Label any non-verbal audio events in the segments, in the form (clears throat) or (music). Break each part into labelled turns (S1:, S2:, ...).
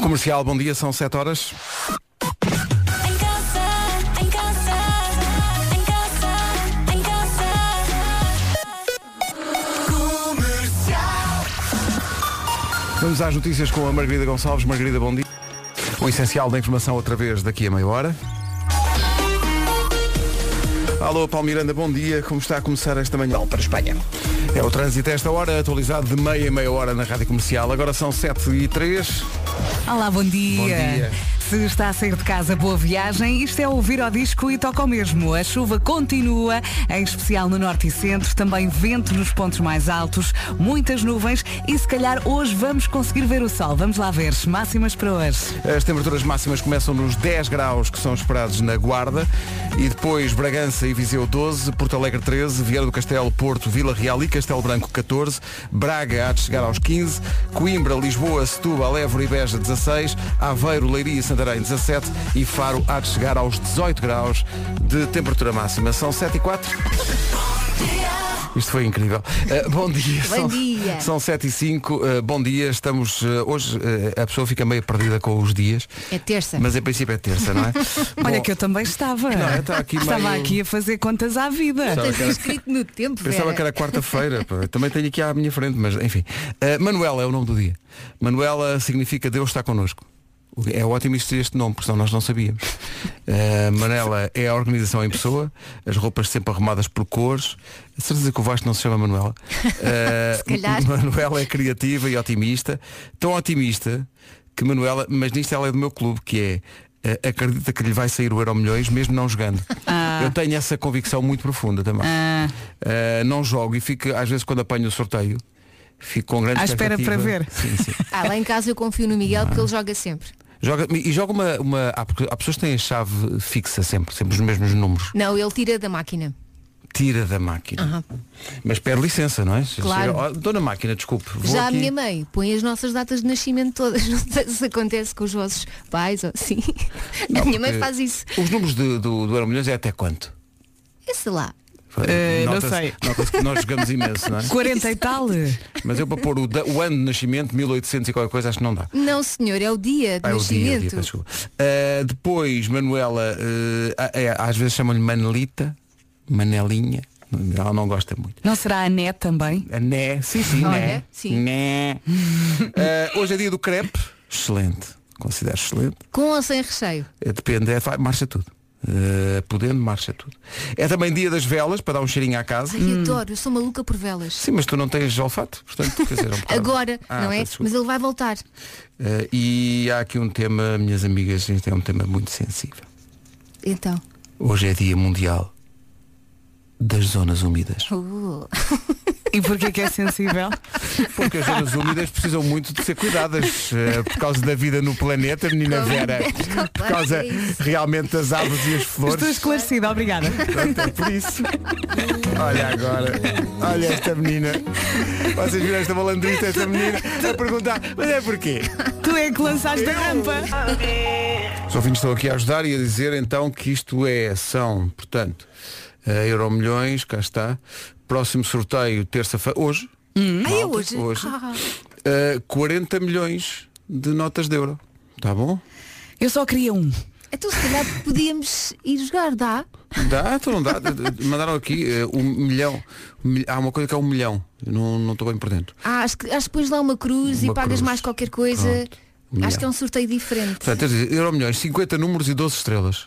S1: Comercial, bom dia, são 7 horas.
S2: Em casa, em casa, em casa, em casa.
S1: Vamos às notícias com a Margarida Gonçalves. Margarida, bom dia. O essencial da informação outra vez daqui a meia hora. Alô, Paulo Miranda, bom dia. Como está a começar esta manhã? Bom, para Espanha. É o trânsito a esta hora, atualizado de meia a meia hora na Rádio Comercial. Agora são 7 e 3.
S3: Olá, bom dia.
S1: Bom dia.
S3: Se está a sair de casa, boa viagem. Isto é ouvir ao disco e toca ao mesmo. A chuva continua, em especial no norte e centro. Também vento nos pontos mais altos, muitas nuvens e se calhar hoje vamos conseguir ver o sol. Vamos lá ver. Máximas para hoje.
S1: As temperaturas máximas começam nos 10 graus que são esperados na Guarda e depois Bragança e Viseu 12, Porto Alegre 13, Vieira do Castelo, Porto, Vila Real e Castelo Branco 14, Braga há de chegar aos 15, Coimbra, Lisboa, Setúbal, Évora e Beja 16, Aveiro, Leiria e Santarém 17 e Faro há de chegar aos 18 graus de temperatura máxima. São 7 e 4. Isto foi incrível. Uh, bom dia.
S4: Bom
S1: são,
S4: dia.
S1: São 7 e 5. Uh, bom dia. Estamos. uh, hoje uh, a pessoa fica meio perdida com os dias.
S4: É terça.
S1: Mas em princípio é terça, não é?
S3: (laughs) Olha
S1: Bom,
S3: que eu também estava.
S1: Não, eu estava aqui
S3: Estava
S1: meio-
S3: aqui a fazer contas à vida.
S1: Sabe?
S4: Estás inscrito no tempo,
S1: Pensava
S4: Vera.
S1: que era quarta-feira, pá. também tenho aqui à minha frente, mas enfim. Uh, Manuela é o nome do dia. Manuela significa Deus está connosco. É ótimo isto este nome, porque senão nós não sabíamos. Uh, Manuela é a organização em pessoa, as roupas sempre arrumadas por cores. A certeza que o Vasco não se chama Manuela. Uh,
S4: (laughs) Se calhar.
S1: Manuela é criativa e otimista. Tão otimista que Manuela, mas nisto ela é do meu clube, que é eh, acredita que lhe vai sair o Euro Milhões mesmo não jogando.
S4: Ah.
S1: Eu tenho essa convicção muito profunda também.
S3: Ah,
S1: Eh, não jogo e fico, às vezes quando apanho o sorteio, fico com grande
S3: À espera
S1: expectativa.
S3: para ver.
S1: Sim, sim.
S4: Ah, lá em casa eu confio no Miguel porque ele joga sempre.
S1: Joga, e joga uma. uma há, porque há pessoas que têm a chave fixa sempre, sempre os mesmos números.
S4: Não, ele tira da máquina.
S1: Tira da máquina. Mas pede licença, não é? Se
S4: Claro.
S1: chega, "Oh, dona máquina, desculpe. vou
S4: Já
S1: aqui."
S4: a minha mãe põe as nossas datas de nascimento todas. (laughs) Não sei se acontece com os vossos pais ou assim.
S1: Não,
S4: a
S1: porque
S4: minha mãe faz isso.
S1: Os números de- do, do Euro Milhões é até quanto?
S4: Eu sei lá.
S3: Eh, não
S1: Nota-se-
S3: sei.
S1: nota-se que nós jogamos imenso,
S4: (laughs)
S1: não é?
S3: 40 e tal.
S1: Mas eu para pôr o, da- o ano de nascimento, 1800 e qualquer coisa, acho que não dá.
S4: Não, senhor, é o dia de
S1: Ah, é o
S4: nascimento.
S1: dia, o dia, peço desculpa. Ah, depois, Manuela, ah, é, às vezes chamam-lhe Manelita, Manelinha, ela não gosta muito.
S3: Não será a NET também?
S1: A Né, sim, sim,
S4: Olha,
S1: Né.
S4: sim.
S1: Né. Ah, hoje é dia do crepe, excelente, considero excelente.
S4: Com ou sem recheio?
S1: Eh, Depende, é, vai, marcha tudo. Eh, podendo, marcha tudo. É também dia das velas, para dar um cheirinho à casa.
S4: Ai, adoro, eu sou maluca por velas.
S1: Sim, mas tu não tens olfato, portanto, quer
S4: (laughs)
S1: dizer, é um bocado-
S4: Agora,
S1: Ah,
S4: não é?
S1: peço desculpa.
S4: Mas ele vai voltar.
S1: Eh, e há aqui um tema, minhas amigas, este é um tema muito sensível.
S4: Então.
S1: Hoje é dia mundial das zonas úmidas.
S4: Uh.
S3: E porquê que é sensível?
S1: Porque as zonas úmidas precisam muito de ser cuidadas eh, por causa da vida no planeta, menina Vera. (laughs) Por
S4: (laughs) é
S1: causa realmente das árvores e as
S3: Estou
S1: flores.
S3: esclarecida, obrigada.
S1: Pronto, é por isso. Olha agora. Olha esta menina. Vocês viram esta malandrita, esta menina, a perguntar, mas é porquê?
S3: Tu é que lançaste a rampa.
S1: Os ouvintes estão aqui a ajudar e a dizer então que isto é, são, portanto, eh, Euromilhões, cá está. Próximo sorteio, terça-feira, hoje.
S4: Ah, é hoje?
S1: Hum? hoje.
S4: Ah.
S1: eh, 40 milhões de notas de euro. Está bom?
S3: Eu só queria um.
S4: Então se calhar podíamos ir jogar, dá?
S1: Dá, então não dá. Mandaram aqui eh, um milhão. Um mil- Há uma coisa que é um milhão. Eu não não estou bem por dentro.
S4: Ah, acho, que, acho que pões lá uma cruz
S1: Uma
S4: e pagas
S1: cruz.
S4: mais qualquer coisa.
S1: Pronto.
S4: Acho que é um sorteio diferente.
S1: Portanto, eu dizia, Euromilhões, 50 números e 12 estrelas.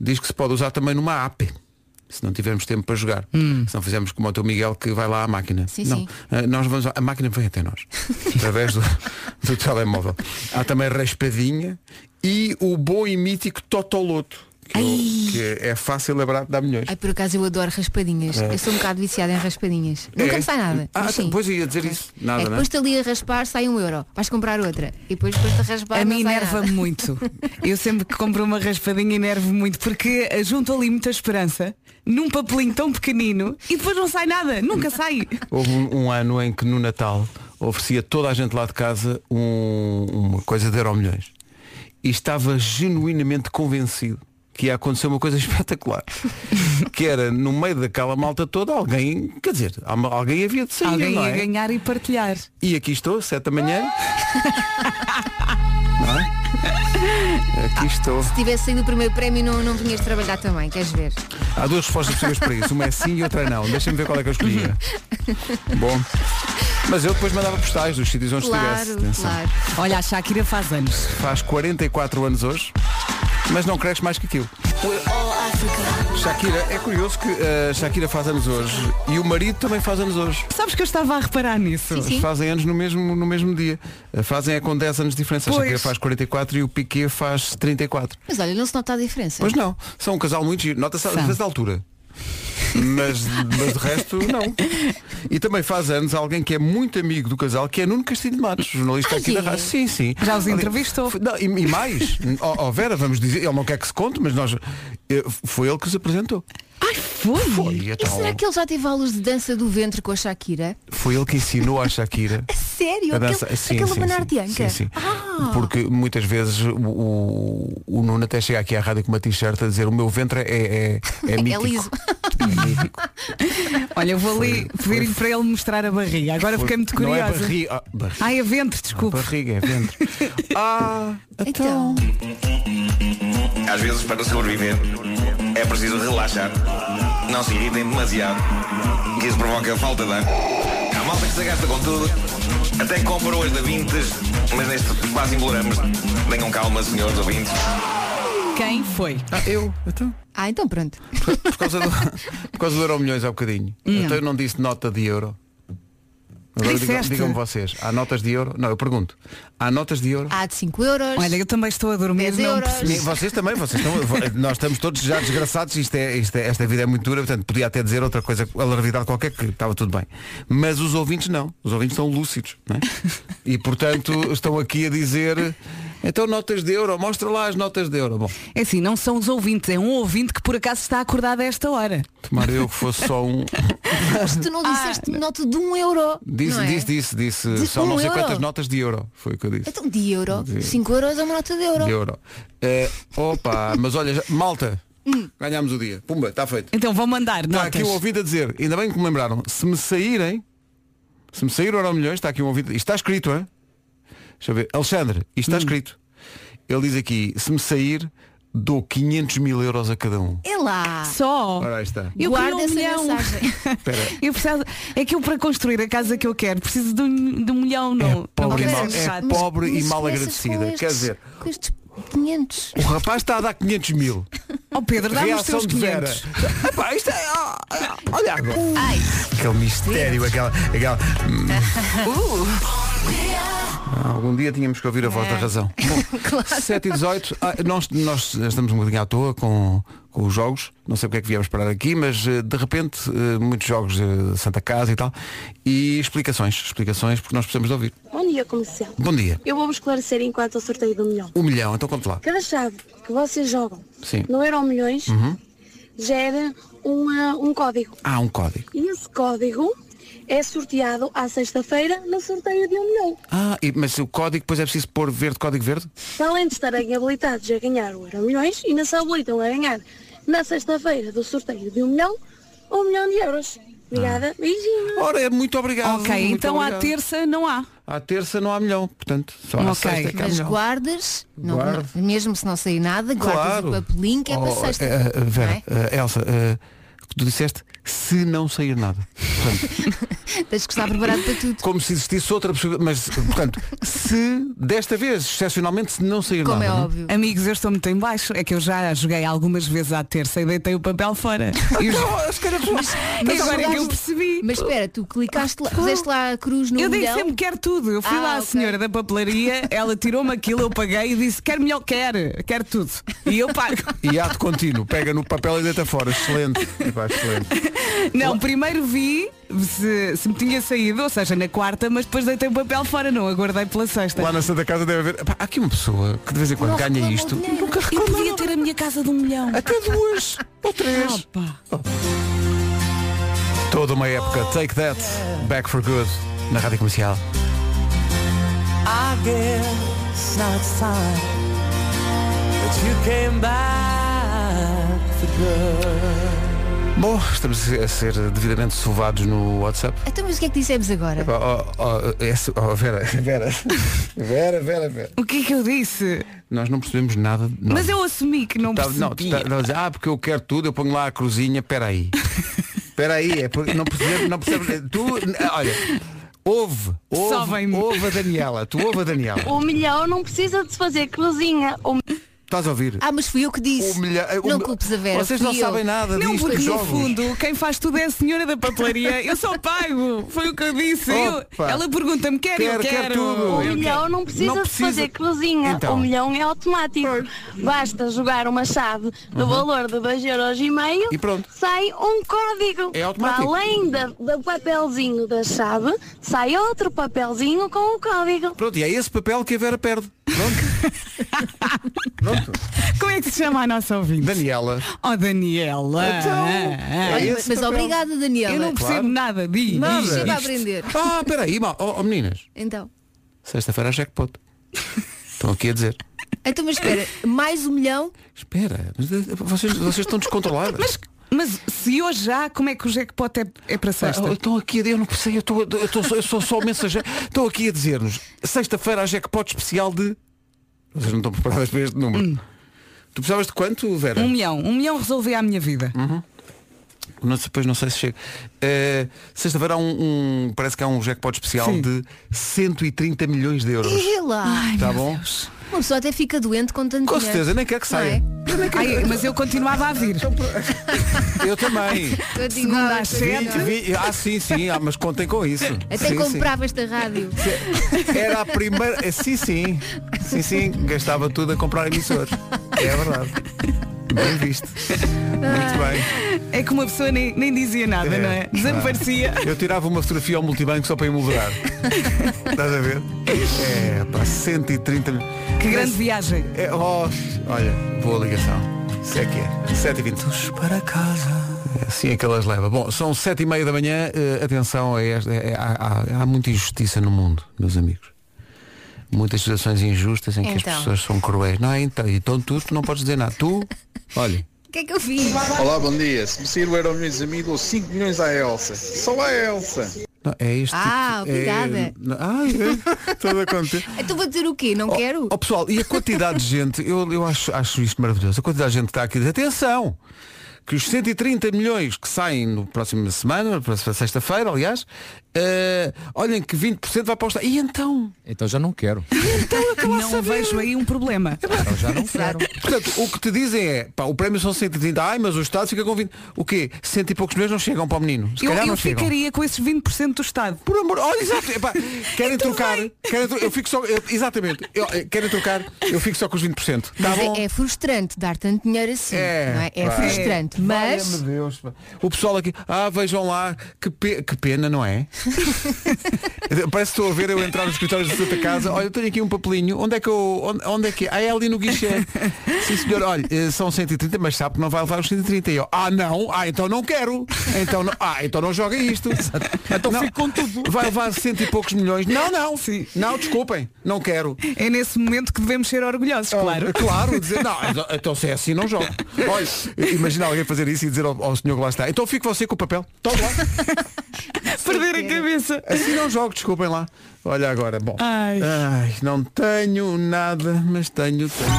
S1: Diz que se pode usar também numa app. Se não tivermos tempo para jogar. Se não fizermos como o teu Miguel que vai lá à máquina.
S4: Sim,
S1: não,
S4: sim.
S1: eh, nós vamos lá- a máquina vem até
S4: (laughs)
S1: nós. através do, do telemóvel. Há também raspadinha e o bom e mítico Totoloto. Que, eu- que é fácil lembrar de dar milhões.
S4: Ai, por acaso eu adoro raspadinhas. Eu sou um bocado viciada em raspadinhas. Nunca
S1: É?
S4: me sai nada.
S1: Ah,
S4: mas sim.
S1: depois ia dizer isso. Nada,
S4: é,
S1: não é?
S4: depois te ali a raspar, sai um euro. Vais comprar outra. E depois depois-te a raspar.
S3: A
S4: não
S3: mim
S4: sai
S3: enerva-me
S4: nada. (laughs)
S3: muito. Eu sempre que compro uma raspadinha enervo muito porque eh, junto ali muita esperança num papelinho tão pequenino e depois não sai nada, nunca sai.
S4: (laughs)
S1: Houve um, um ano em que no Natal oferecia toda a gente lá de casa um- uma coisa de Euromilhões. E estava genuinamente convencido que ia acontecer uma coisa (laughs) espetacular. que era, no meio daquela malta toda, alguém, quer dizer, al- alguém havia de sair,
S3: Alguém
S1: não
S3: ia
S1: é?
S3: ganhar e partilhar.
S1: E aqui estou, 7 da manhã. não é? Aqui estou.
S4: Se tivesse saído o primeiro prémio não, não vinhas trabalhar também, queres ver?
S1: Há duas respostas possíveis para isso. Uma é sim e outra é não. Deixa-me ver qual é que eu escolhia. Bom. Mas eu depois mandava postais dos sítios onde
S4: Claro,
S1: estivesse. Atenção.
S4: claro.
S3: Olha, a Shakira faz anos.
S1: Faz 44 anos hoje, mas não cresce mais que aquilo. Shakira, é curioso que a Shakira faz anos hoje e o marido também faz anos hoje.
S3: Sabes que eu estava a reparar nisso?
S4: Sim,
S1: Eles
S4: sim.
S1: fazem anos no mesmo, no mesmo dia. Uh, Fazem é com 10 anos de diferença. A
S3: Pois.
S1: Shakira faz 44 e o Piquet faz 34.
S4: Mas olha, não se nota a diferença.
S1: Pois não, são um casal muito giro. Nota-se às
S3: São.
S1: vezes da altura. Mas, mas de resto, não. E também faz anos alguém que é muito amigo do casal, que é Nuno Castilho de Matos, jornalista
S4: Ah,
S1: aqui da
S4: é?
S1: rádio. Sim, sim.
S3: Já os
S1: Ali-
S3: entrevistou.
S1: Foi- não, e, e mais, ó ó, Vera, vamos dizer, ele não quer que se conte, mas nós. eh, Foi ele que os apresentou.
S3: Ai, foi?
S1: Foi,
S4: E
S1: então,
S4: será é que ele já teve aulas de dança do ventre com a Shakira?
S1: foi ele que ensinou à Shakira.
S4: Sério?
S1: A dança-
S4: É Aquele,
S1: sim,
S4: aquele
S1: sim,
S4: banar
S1: sim,
S4: de
S1: Sim,
S4: anca?
S1: sim.
S4: Ah,
S1: Porque muitas vezes o, o, o Nuno até chega aqui à rádio com uma t-shirt a dizer o meu ventre é, é, é mítico.
S4: liso.
S1: É mítico.
S3: Olha, eu vou ali pedir-lhe para ele mostrar a barriga. Agora fiquei muito
S1: Não
S3: curiosa.
S1: é barriga. Ah, barriga.
S3: Ai, a ventre, desculpe.
S1: Barriga, é
S3: (laughs)
S1: ventre. Ah,
S4: então.
S5: Às vezes, para sobreviver, é preciso relaxar. Não se irritem demasiado, que isso provoca falta de ar. Há malta que se gasta com tudo, até compra hoje da Vintes, mas neste quase imploramos. Tenham calma, senhores ouvintes.
S3: Quem foi?
S1: ah, eu, então.
S4: Ah, então pronto.
S1: Por causa do, por causa do euro milhões há bocadinho.
S3: Hum.
S1: Então eu não disse nota de euro. Agora digam-
S3: Disseste.
S1: digam-me vocês, há notas de euro? Não, eu pergunto. Há notas de euro?
S4: Há de 5 euros.
S3: Olha, eu também estou a dormir,
S4: 10
S3: não
S4: euros.
S3: percebi.
S1: E Vocês também, vocês estão, nós estamos todos já desgraçados, isto é, isto é- esta vida é muito dura, portanto podia até dizer outra coisa, alarvidade qualquer, que estava tudo bem. Mas os ouvintes não, os ouvintes são lúcidos, não é? E portanto estão aqui a dizer, então notas de euro, mostra lá as notas de euro. Bom,
S3: É assim, não são os ouvintes, é um ouvinte que por acaso está acordado a esta hora.
S1: tomara eu que fosse só um.
S4: Mas tu
S1: Ah.
S4: não disseste nota de 1 um euro.
S1: Disse,
S4: não é?
S1: disse, disse, disse,
S4: Disse
S1: só não
S4: um
S1: sei
S4: euro.
S1: quantas notas de euro, foi o que eu disse.
S4: Então, de euro.
S1: De-
S4: 5 euros é uma nota de euro.
S1: De euro. Eh, opa, mas olha, já- malta,
S4: Hum.
S1: ganhámos o dia. Pumba, está feito.
S3: Então vão mandar
S1: Está
S3: notas.
S1: aqui um ouvido a dizer, ainda bem que me lembraram, se me saírem, se me sair o Euro Milhões, está aqui um ouvido, isto está escrito, hein? Deixa eu ver, Alexandre, isto está
S3: Hum.
S1: escrito. Ele diz aqui, se me sair, dou 500 mil euros a cada um.
S4: É lá.
S3: Só.
S1: Ora, aí está.
S3: Oh. Eu queria
S4: Guarda
S3: um
S4: essa
S3: milhão. (laughs)
S4: mensagem.
S1: Espera.
S3: Eu preciso, é que eu para construir a casa que eu quero preciso de um, de um milhão,
S1: É
S3: não.
S1: pobre,
S3: não
S1: e
S3: quero
S1: mal,
S3: ser
S1: é
S3: chato.
S1: pobre e
S4: Mas
S1: mal
S4: começas com
S1: agradecida.
S4: estes-
S1: Quer dizer,
S4: Com estes 500.
S1: o rapaz está a dar 500 mil.
S3: Oh Pedro, dá-me os
S1: Reação
S3: teus
S1: de Vera.
S3: 500.
S1: Epá, isto é- ah, ah, olha agora. Aquele mistério, aquela. aquela hum. Ah, Algum dia tínhamos que ouvir a voz da razão. Bom, 7 e 18, ah, nós, nós estamos um bocadinho à toa com, com os jogos, não sei porque é que viemos parar aqui, mas eh, de repente eh, muitos jogos de Santa Casa e tal, e explicações, explicações porque nós precisamos de ouvir.
S6: Bom dia, comercial.
S1: Bom dia,
S6: Eu vou-vos esclarecer enquanto ao sorteio do milhão.
S1: um milhão, então conte lá.
S6: Cada chave que vocês jogam
S1: Sim.
S6: no Euro Milhões gera um, ah, um código.
S1: Há um código.
S6: E esse código é sorteado à sexta-feira no sorteio de um milhão.
S1: Ah, e- mas o código depois é preciso pôr verde, código verde?
S6: Além de estarem habilitados a ganhar o Euro Milhões, ainda se habilitam a ganhar na sexta-feira do sorteio de um milhão, um milhão de euros. Obrigada, beijinhos.
S1: Ora, é muito obrigado.
S3: Ok,
S1: muito
S3: então à
S1: obrigado.
S3: terça não há.
S1: À terça não há milhão, portanto, só
S3: Ok,
S1: à sexta é que há
S4: Mas
S1: milhão.
S4: guardas, não-
S1: Guardo.
S4: não- mesmo se não sair nada, guardas
S1: Claro.
S4: o papelinho que é para
S1: Oh,
S4: sexta.
S1: eh, eh, Vera,
S4: não é?
S1: eh, Elsa, eh, tu disseste se não sair nada. Portanto,
S4: é? Tens que estar preparado para tudo.
S1: como se existisse outra possibilidade. Mas, portanto, se desta vez, excepcionalmente, se não sair
S4: Como
S1: nada.
S4: é
S1: não?
S4: óbvio.
S3: Amigos, eu estou muito em baixo. É que eu já joguei algumas vezes à terça e deitei o papel
S1: (laughs)
S3: fora. E os- Mas agora é que eu
S4: jogaste-
S3: percebi.
S4: Mas espera, tu clicaste lá, puseste lá a cruz no
S3: Eu dei
S4: milhão.
S3: sempre quero tudo. Eu fui
S4: Ah,
S3: lá à
S4: ok.
S3: senhora da papelaria, ela tirou-me aquilo, eu paguei e disse, quer melhor, quer, quer tudo. E eu pago.
S4: (laughs)
S1: E ato contínuo, pega no papel e deita fora. Excelente. Epá, excelente.
S3: Não, primeiro vi se, se me tinha saído, ou seja, na quarta, mas depois deitei o papel fora, não aguardei pela sexta.
S1: Lá na Santa Casa deve haver. Epá, há aqui uma pessoa que de vez em quando
S4: Não
S1: ganha
S4: reclamou
S1: isto.
S4: dinheiro.
S1: Nunca
S3: Eu
S1: reclama.
S3: podia ter a minha casa de um milhão.
S1: Até duas ou três.
S3: Opa.
S1: Toda uma época. Take that. Back for good. Na rádio comercial.
S7: I guess now it's time that you came back for good.
S1: Bom, estamos a ser devidamente sovados no WhatsApp.
S4: Então, mas o que é que dissemos agora?
S1: Oh, oh, oh, é su- oh, Vera, (laughs) Vera, Vera, Vera, Vera.
S3: O que é que eu disse?
S1: Nós não percebemos nada. Não.
S3: Mas eu assumi que não
S1: Tá-
S3: percebi.
S1: não, tu tá- não, diz, ah, porque eu quero tudo, eu ponho lá a cruzinha, peraí. Peraí, é porque não percebes, não percebes. Tu, eh, olha, ouve, ouve,
S3: Sovem-me.
S1: ouve a Daniela, tu ouve a Daniela.
S6: (laughs) O milhão não precisa de se fazer cruzinha. O
S1: Estás a ouvir?
S4: Ah, mas fui eu que disse.
S1: O milha- o
S4: Não
S1: mil-
S4: culpes a Vera.
S1: Vocês
S4: fui
S1: não
S4: eu.
S1: sabem nada
S3: Não,
S1: disto,
S3: porque
S1: dos
S3: no
S1: jogos.
S3: fundo quem faz tudo é a senhora da papelaria. Eu só pago. Foi o que eu disse. Eu-
S1: Opa.
S3: ela pergunta-me, quer, eu
S1: Quero, quero
S3: quero.
S1: tudo.
S3: Eu quero.
S6: milhão não precisa,
S1: Não
S6: de se
S1: precisa.
S6: fazer cruzinha.
S1: Então.
S6: O milhão é automático. Basta jogar uma chave do valor de 2,5€ euros e, meio,
S1: Uhum. E pronto.
S6: sai um código.
S1: É automático.
S6: Para além da- do papelzinho da chave, sai outro papelzinho com o código.
S1: Pronto, e é esse papel que a Vera perde. Pronto. Pronto.
S3: Como é que se chama a nossa ouvinte?
S1: Daniela.
S3: Oh, Daniela. Ah,
S1: Então,
S4: Olha,
S1: É
S4: mas
S1: esse papel.
S4: obrigada, Daniela.
S3: eu não percebo
S1: Claro.
S3: nada disso.
S1: Nada.
S4: Chega a
S1: Isto-
S4: aprender.
S1: Ah, peraí, mal. Oh, oh, meninas,
S4: Então.
S1: sexta-feira é jackpot. Estão aqui a dizer.
S4: Então, mas espera, mais um milhão?
S1: Espera, mas, eh, vocês, vocês estão descontroladas.
S3: Mas, mas se hoje já, como é que o jackpot é, é para sexta?
S1: Ah, Estão aqui a dizer, eu não sei, eu, estou- eu estou- eu sou só o mensageiro. Estão aqui a dizer-nos, sexta-feira há jackpot especial de. Vocês não estão preparadas para este número. Tu precisavas de quanto, Vera?
S3: Um milhão. Um milhão resolvia a minha vida.
S1: Não, depois não sei se chega. Eh, sexta-feira há um, um- Parece que há um jackpot especial
S3: Sim.
S1: de 130 milhões de euros.
S4: E lá.
S1: Está bom?
S4: Uma pessoa até fica doente com tanto
S1: Com
S4: dinheiro.
S1: certeza, nem quer que
S4: Não é?
S1: saia.
S3: Ai, mas eu continuava a vir.
S1: Eu (laughs) também.
S4: Tadinho,
S3: Segunda
S4: olha,
S3: às
S4: tadinho.
S3: sete.
S1: Vi- ah, sim, sim, ah, mas contem com isso.
S4: Até
S1: Sim,
S4: comprava esta rádio.
S1: sim. Era a primeira. eh, Sim, sim. Sim, sim. Gastava tudo a comprar emissores. É verdade. Bem visto. Muito
S3: É que uma pessoa nem, nem dizia nada,
S1: É.
S3: não é? Desaparecia.
S1: bem. Eu tirava uma fotografia ao multibanco só para emoldurar. Estás a ver? É, pá, 130 mil.
S3: Que grande viagem.
S1: É, oh, olha, boa ligação. Se é que é. 7 e 20 para casa. Assim é que elas levam. Bom, são 7 e meia da manhã. eh, atenção, a esta, é- há, há- há muita injustiça no mundo, meus amigos. Muitas situações injustas em que
S4: Então.
S1: as pessoas são cruéis. Não é então, então tu, tu não podes dizer nada.
S4: (laughs)
S1: Tu, olha.
S4: O que é que eu fiz?
S8: Olá, bom dia. Se me sair o Euro Milhões a mim, dou 5 milhões à Elsa. Só à Elsa.
S1: não, é este.
S4: Ah,
S1: é-
S4: obrigada.
S1: não- ai, é, (laughs) toda contente.
S4: Então vou dizer o quê? Não quero?
S1: Oh, pessoal, e a quantidade de gente, eu, eu acho, acho isto maravilhoso, a quantidade de gente que está aqui a dizer, atenção, que os 130 milhões que saem no próximo semana, na próxima sexta-feira, aliás, eh, olhem que 20% vai para o Estado. E então?
S9: Então já não quero.
S3: então não vejo aí um problema.
S9: Então já não quero.
S1: Portanto, o que te dizem é, pá, o prémio são 130, ai, mas o Estado fica com 20. O quê? Cento e poucos milhões não chegam para o menino. Se
S3: Eu,
S1: calhar
S3: eu
S1: não chegam.
S3: ficaria com esses 20% do Estado.
S1: Por amor, olha, exato, epá, querem
S3: Então
S1: trocar,
S3: vai.
S1: querem, tro- eu fico só, eu- exatamente, eu- eh, querem trocar, eu fico só com os 20%. Tá
S4: Mas é-
S1: bom?
S4: é, frustrante dar tanto dinheiro assim.
S1: É,
S4: não é? É
S1: pá.
S4: frustrante. Mas
S1: Valha-me Deus, pá. o pessoal aqui, ah, vejam lá, que, pe- que pena, não (laughs) é? Parece que estou a ver eu entrar nos escritórios da Santa Casa. Olha, eu tenho aqui um papelinho. Onde é que eu. Onde, onde é que é? Ah, é ali no guichê. Sim, senhor, olha, eh, são 130, mas sabe que não vai levar os 130. E eu, ah, não, ah, então não quero. Então não, ah, então não joga isto. Então não, fico com tudo. Vai levar cento e poucos milhões. Não, não. Sim. Não, desculpem, não quero.
S3: É nesse momento que devemos ser orgulhosos, Oh, claro.
S1: (laughs) Claro, dizer, não, então se é assim não jogo. Olha, imagina alguém fazer isso e dizer ao, ao senhor que lá está, então fique você com o papel. Toma lá.
S3: (laughs) Perder a cabeça.
S1: Assim não jogo, desculpem lá. Olha agora, bom.
S3: Ai.
S1: Ai, não tenho nada, mas tenho, tenho.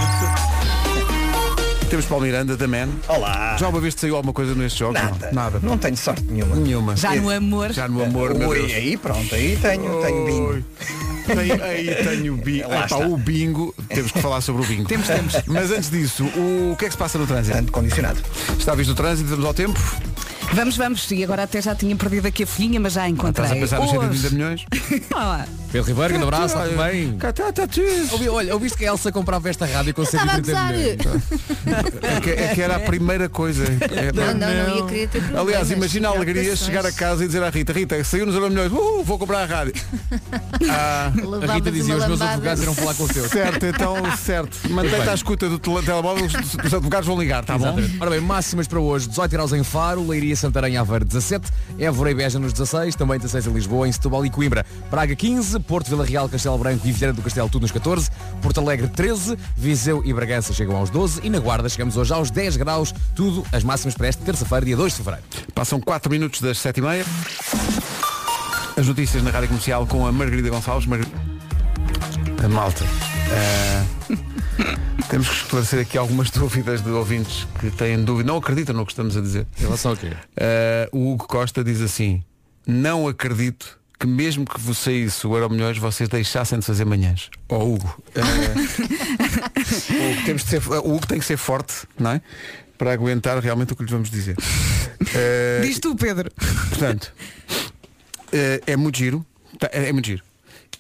S1: Temos Paulo Miranda, da Man.
S10: Olá.
S1: Já uma vez te saiu alguma coisa neste jogo? Não, nada.
S10: Não tenho sorte nenhuma.
S1: Nenhuma.
S3: É.
S1: É.
S3: Já no amor.
S1: Já no amor, meu
S10: Oi,
S1: Deus.
S10: Hum. aí pronto, aí tenho, tenho bingo.
S1: Tenho, aí tenho o bingo.
S10: Lá
S1: Epá,
S10: está.
S1: o bingo, temos que falar sobre o bingo. Temos, temos. Mas antes disso, o, o que é que se passa no trânsito?
S10: Tanto condicionado.
S1: Está visto o trânsito, vamos ao tempo?
S3: Vamos, vamos. E agora até já tinha perdido aqui a folhinha, mas já a encontrei.
S1: Estás a pensar nos 130
S3: Hoje.
S4: (laughs)
S1: milhões?
S3: Ah,
S9: Pedro Ribeiro, grande abraço, tudo bem.
S1: É
S9: Ouvi, olha, ouviste que a Elsa comprava esta rádio com
S4: estava a
S9: 130
S4: gozar.
S9: milhões.
S1: então. que, é que era a primeira coisa. É,
S4: Não, não, não ia
S1: não.
S4: querer ter problemas,
S1: Aliás, imagina a
S4: ter
S1: alegria
S4: preocupações.
S1: chegar a casa e dizer à Rita, Rita, saiu-nos euro milhões, uh, vou comprar a
S4: (laughs)
S1: rádio. Ah,
S9: A Rita
S4: Levava-te
S9: dizia, os
S4: uma
S9: meus
S4: lambada."
S9: advogados irão falar com os teus.
S1: Certo, então, certo. Mantém-te à escuta do tele- telemóvel, os, os advogados vão ligar, tá bom?
S9: Exatamente. Ora bem, máximas para hoje, 18 graus em Faro, Leiria Santarém, Aveiro 17, Évora e Beja nos 16, também 16 em Lisboa, em Setúbal e Coimbra. Braga 15, Porto, Vila Real, Castelo Branco e Viana do Castelo, tudo nos 14, Porto Alegre 13, Viseu e Bragança chegam aos 12 e na Guarda chegamos hoje aos 10 graus, tudo as máximas para esta terça-feira, dia 2 de fevereiro.
S1: Passam 4 minutos das 7h30. As notícias na Rádio Comercial com a Margarida Gonçalves. Margar- A malta. eh, (laughs) temos que esclarecer aqui algumas (laughs) dúvidas de ouvintes que têm dúvida, não acreditam no que estamos a dizer. Em
S9: relação ao quê?
S1: o Hugo Costa diz assim, não acredito que mesmo que vos saísse o Euro Milhões, vocês deixassem de fazer manhãs. Ó Hugo, eh, (laughs) Hugo, temos de ser, o Hugo tem que ser forte, não é? Para aguentar realmente o que lhe vamos dizer. Eh,
S3: Diz tu, Pedro.
S1: Portanto, eh, é muito giro. Tá, É é muito giro.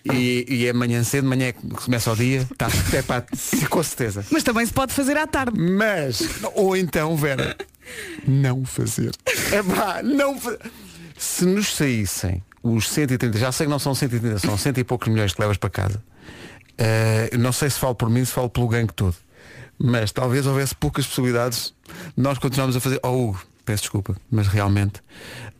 S1: E, e é manhã cedo, manhã é que começa o dia. Tá, é pá, com certeza.
S3: Mas também se pode fazer à tarde.
S1: Mas, ou então, Vera, não fazer. É pá, não fa- Se nos saíssem os 130, já sei que não são 130, são cento e poucos milhões que levas para casa. Eh, não sei se falo por mim, se falo pelo gangue todo. Mas talvez houvesse poucas possibilidades. Nós continuamos a fazer. Oh Hugo, peço desculpa, mas realmente.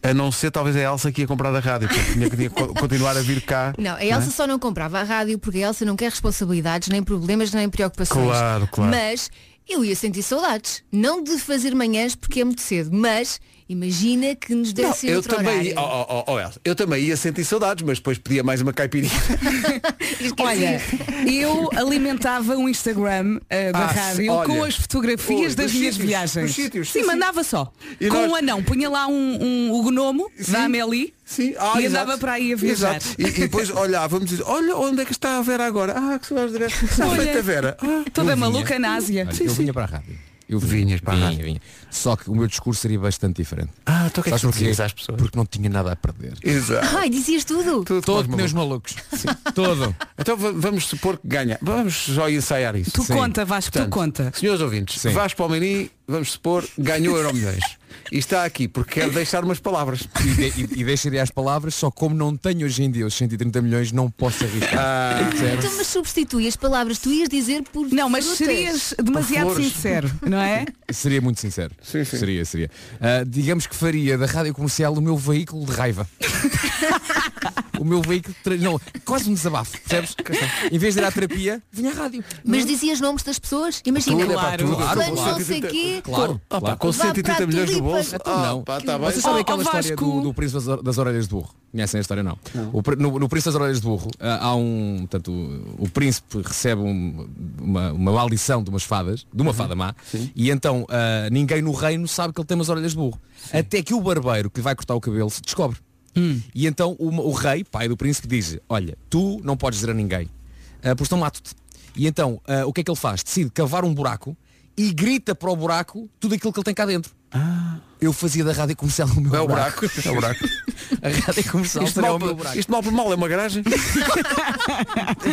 S1: A não ser talvez a Elsa que ia comprar a rádio, porque tinha que tinha que co- continuar a vir cá.
S4: Não, a
S1: é?
S4: Elsa só não comprava a rádio porque a Elsa não quer responsabilidades, nem problemas, nem preocupações.
S1: Claro, claro.
S4: Mas eu ia sentir saudades. Não de fazer manhãs porque é muito cedo, mas imagina que nos
S1: Não,
S4: desse
S1: eu
S4: outro
S1: também,
S4: horário.
S1: oh, oh, oh, oh, Elsa, eu também ia sentir saudades, mas depois pedia mais uma caipirinha.
S3: Olha, eu alimentava um Instagram eh, da
S1: Ah,
S3: rádio
S1: olha.
S3: com as fotografias
S1: Oi,
S3: das
S1: dos
S3: minhas
S1: sítios,
S3: viagens.
S1: dos sítios,
S3: sim,
S1: sim, sim.
S3: mandava só.
S1: E
S3: com
S1: nós-
S3: um anão, punha lá um, um- o gnomo da Amélie
S1: Sim. Ah,
S3: e andava para aí a viajar.
S1: Exato. E, e
S3: (laughs)
S1: depois olhávamos e dizia, olha onde é que está a Vera agora. Ah, que se vais direto. Está
S3: Olha,
S1: feita a Vera. Ah,
S3: Toda
S9: Eu vinha.
S3: maluca né? na Ásia.
S9: Olha,
S3: Sim,
S9: eu
S3: sim.
S9: vinha para a rádio. Eu vinha,
S1: para a
S9: vinha,
S1: rádio.
S9: vinha. Só que o meu discurso seria bastante diferente.
S1: Ah, então o que é que
S9: Sabes
S1: tu
S9: porquê?
S1: dizias às pessoas?
S9: Porque não tinha nada a perder.
S1: Exato.
S4: Ai, dizias tudo.
S1: Tudo
S9: Todo
S1: mais
S9: pneus
S1: maluco.
S9: malucos. Todo.
S1: Então va- vamos supor que ganha. Vamos só ensaiar isso.
S3: Tu conta, Vasco, tu
S1: Portanto,
S3: conta.
S1: Senhores ouvintes,
S9: Sim.
S1: Vasco Palmeirim, vamos supor, ganhou Euro Milhões. E está aqui porque quer deixar umas palavras.
S9: E, de, e- e deixaria as palavras, só como não tenho hoje em dia os 130 milhões, não posso arriscar.
S1: Ah.
S9: Percebes?
S4: Então, mas substitui as palavras, tu ias dizer por
S3: Não, mas
S4: frutas.
S3: serias demasiado
S1: flores.
S3: sincero,
S1: (laughs)
S3: não é?
S9: Seria muito sincero.
S1: Sim, sim.
S9: Seria, seria. Ah, digamos que faria da rádio comercial o meu veículo de raiva.
S1: (laughs)
S9: o meu veículo de tra- não, quase um desabafo, percebes? em vez de ir à terapia, vinha à rádio.
S4: Mas dizias nomes das pessoas? Imagina.
S1: Tudo, é pá, tudo,
S4: Fulano
S1: tudo,
S4: não
S1: claro.
S4: sei quê.
S9: Claro,
S1: Ah, pá,
S9: claro.
S1: com
S4: Vá para Então,
S1: 130 milhões no
S4: tudo e
S1: bolso.
S4: para tudo.
S1: Ah, pá, tá bem.
S9: Vocês sabem
S3: Oh,
S9: aquela
S3: oh,
S9: história
S3: Vasco.
S9: do, do Príncipe das, Or- das Orelhas de Burro? Conhecem a história não? O pr- no, no Príncipe das Orelhas de Burro ah, há um. Portanto, o, o príncipe recebe um- uma, uma maldição de umas fadas, de uma fada má, e então ah, ninguém no reino sabe que ele tem umas orelhas de burro. Até que o barbeiro que lhe vai cortar o cabelo se descobre. E então o, o rei, pai do príncipe, diz, olha, tu não podes dizer a ninguém, ah, pois não mato-te. E então, ah, o que é que ele faz? Decide cavar um buraco e grita para o buraco tudo aquilo que ele tem cá dentro. Eu fazia da rádio comercial o meu
S1: É o
S9: buraco.
S1: buraco. É o buraco.
S9: A rádio comercial
S1: Isto
S9: será
S1: mal,
S9: o meu
S1: por-
S9: buraco.
S1: isto mal por mal é uma
S3: (laughs)
S1: garagem.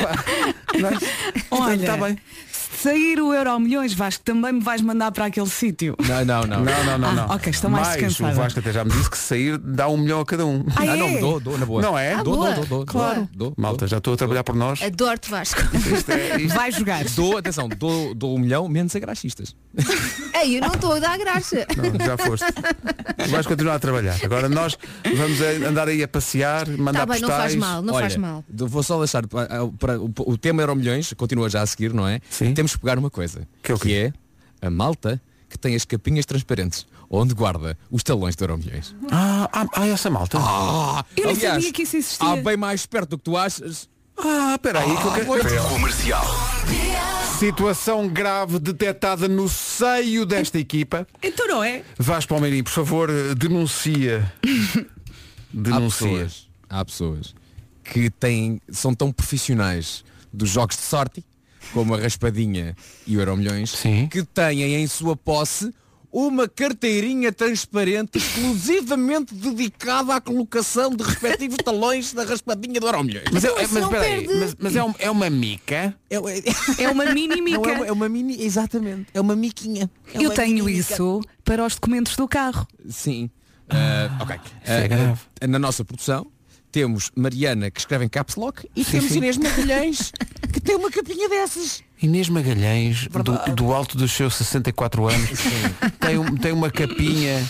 S1: é?
S3: Olha,
S1: Está tá bem.
S3: se sair o Euro Milhões, Vasco, também me vais mandar para aquele sítio.
S9: Não, não, não.
S1: Não, não, não,
S3: Ah,
S1: não.
S3: ok, estou mais
S1: o
S3: descansada.
S1: Vasco até já me disse que sair dá um milhão a cada um.
S3: Ah,
S9: Ah,
S3: é?
S9: não, dou, dou na boa.
S1: Não é?
S4: Ah,
S9: Dou,
S4: boa.
S9: dou, dou, dou.
S4: Claro.
S9: Dou, dou,
S1: Malta, já estou a trabalhar por nós.
S4: Adoro-te Vasco. (laughs)
S1: Isto é- isto-
S3: Vai jogar.
S9: Dou, dou, atenção, dou, dou um milhão menos a graxistas.
S4: Ei, eu não estou a dar graxa.
S1: Não, já foste. Vais continuar a trabalhar. Agora nós vamos a- andar aí a passear, mandar
S4: Está Tá bem, não
S1: postais.
S4: faz mal, não faz mal.
S9: d- Vou só deixar pa- ah, para, o, o tema Euro Milhões, continua já a seguir, não é?
S1: Sim.
S9: Temos que pegar uma coisa,
S1: Que é o quê?
S9: é a malta que tem as capinhas transparentes, onde guarda os talões de Euro Milhões.
S1: Ah, ah, ah, essa malta.
S9: Ah,
S3: Eu nem sabia que isso existia.
S9: Há bem mais perto do que tu achas.
S1: Ah, espera aí que eu quero...
S5: Comercial.
S1: Situação grave detectada no seio desta equipa.
S3: Então não é?
S1: Vasco Palmeirim, por favor, denuncia.
S9: Há
S1: Denuncia.
S9: pessoas, há pessoas que têm, são tão profissionais dos jogos de sorte, como a raspadinha e o Euro Milhões,
S1: Sim.
S9: que têm em sua posse uma carteirinha transparente exclusivamente dedicada à colocação de (laughs) respectivos talões da raspadinha do Euro Milhões.
S1: Mas, é,
S4: Então,
S1: é-
S4: isso
S1: mas
S4: não
S1: espera aí,
S4: perde.
S1: mas, mas é, um- é uma mica?
S9: É, é-
S3: É uma mini mica.
S9: não, é uma- é uma mini, exatamente, é uma miquinha. É
S3: Eu
S9: uma
S3: tenho
S9: mini mica.
S3: isso para os documentos do carro.
S9: Sim. Ah, ok.
S1: é
S9: Ah,
S1: grave.
S9: ah, na nossa produção temos Mariana que escreve em caps lock e temos
S1: sim.
S9: Inês Magalhães que tem uma capinha dessas.
S1: Inês
S3: (laughs)
S1: Magalhães, do, do alto dos seus 64 anos, tem, um- tem uma capinha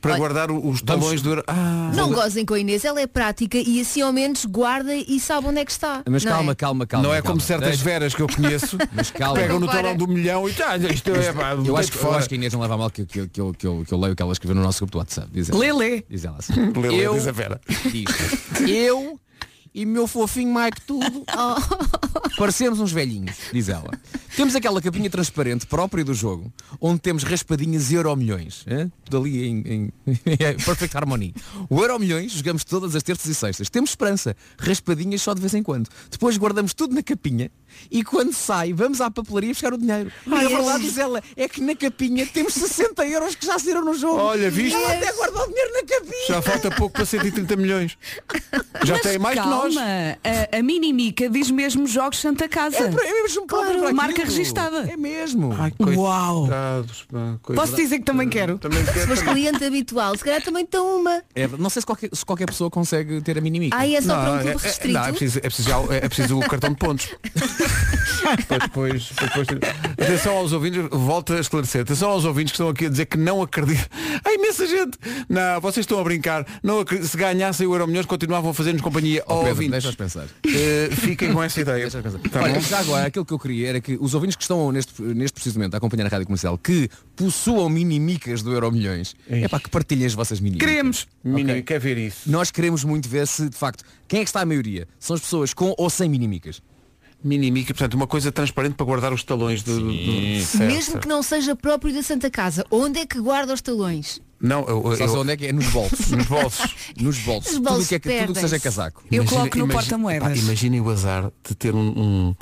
S1: para guardar o- os talões do euro. Ah,
S4: Não gozem com a Inês, ela é prática e assim ao menos guarda e sabe onde é que está.
S9: Mas
S4: não é?
S9: calma, calma, calma.
S1: Não é como
S9: calma.
S1: certas
S9: Deixa-
S1: veras que eu (laughs) conheço
S9: Mas calma.
S1: pegam no
S4: Compara.
S1: talão do milhão e tá, isto é pá,
S9: Eu acho,
S1: deito
S9: que- eu
S1: fora.
S9: acho que a Inês não leva a mal que, eu- que, eu- que, eu- que, eu, que eu leio o que ela escreveu no nosso grupo do WhatsApp. Diz ela,
S3: Lê, lê.
S9: Diz ela assim.
S1: Lê, lê,
S9: eu,
S1: diz a (laughs) Vera.
S9: diz, eu e meu fofinho Mike tudo parecemos uns velhinhos, diz ela. Temos aquela capinha transparente própria do jogo, onde temos raspadinhas e euromilhões. hã? Tudo ali em, em (laughs) perfect harmony. O euromilhões jogamos todas as terças e sextas. Temos esperança. Raspadinhas só de vez em quando. Depois guardamos tudo na capinha e quando sai, vamos à papelaria buscar o dinheiro. Ah, é verdade, diz ela, é que na capinha temos 60 euros que já saíram no jogo.
S1: Olha, viste?
S9: Ela até guardou o dinheiro na capinha.
S1: Já falta pouco para 130 milhões. Já
S3: Mas
S1: tem mais
S3: calma,
S1: que nós.
S3: A, a Minimica diz mesmo jogos Santa Casa.
S9: É, pra- é mesmo
S3: Claro,
S9: próprio para
S3: marca
S9: aquilo.
S3: registada.
S9: É mesmo.
S3: Uau!
S1: Coitados, pá, coitados.
S3: Posso dizer que também quero.
S1: Também quero.
S4: Mas
S1: também.
S4: cliente habitual, se calhar também estão uma.
S9: É, não sei se qualquer, se qualquer pessoa consegue ter a minimica.
S4: Aí é só para
S1: Não,
S4: um
S1: é- é-
S4: clube restrito.
S1: não, é preciso, é preciso, é preciso o cartão de
S9: (laughs)
S1: pontos. Para depois, para depois ter- Atenção aos ouvintes, volto a esclarecer. Atenção aos ouvintes que estão aqui a dizer que não acreditam. (laughs) Há imensa gente. Não, vocês estão a brincar. Não acre- Se ganhassem o Euro Milhões, continuavam a fazer-nos companhia. Ó
S9: Oh, Pedro,
S1: ouvintes,
S9: deixa-os pensar.
S1: eh, fiquem com essa
S9: (laughs)
S1: ideia.
S9: Deixa eu pensar.
S1: Tá
S9: Olha,
S1: bom?
S9: já agora, aquilo que eu queria era que os ouvintes que estão neste, neste preciso momento a acompanhar a Rádio Comercial, que possuam minimicas do Euro Milhões, é para que partilhem as vossas minimicas.
S3: Queremos.
S1: Menino, quer ver isso?
S9: Nós queremos muito ver se, de facto, quem é que está a maioria? São as pessoas com ou sem minimicas.
S1: Minimica, portanto, uma coisa transparente para guardar os talões do. do- certo,
S4: Mesmo que
S1: certo.
S4: não seja próprio da Santa Casa, onde é que guarda os talões?
S1: Não, eu,
S9: Só sei
S1: eu,
S9: onde é que é? Nos
S1: (laughs)
S9: bolsos.
S1: nos
S9: (laughs)
S1: bolsos.
S9: Nos bolsos.
S4: Os
S9: tudo, o
S4: bolsos
S9: que é que, tudo o que seja
S4: perdem-se.
S9: casaco.
S3: Eu
S1: Imagina-
S3: coloco no
S1: imagi-
S3: porta-moedas.
S1: Pá, Imaginem o azar de ter um, um,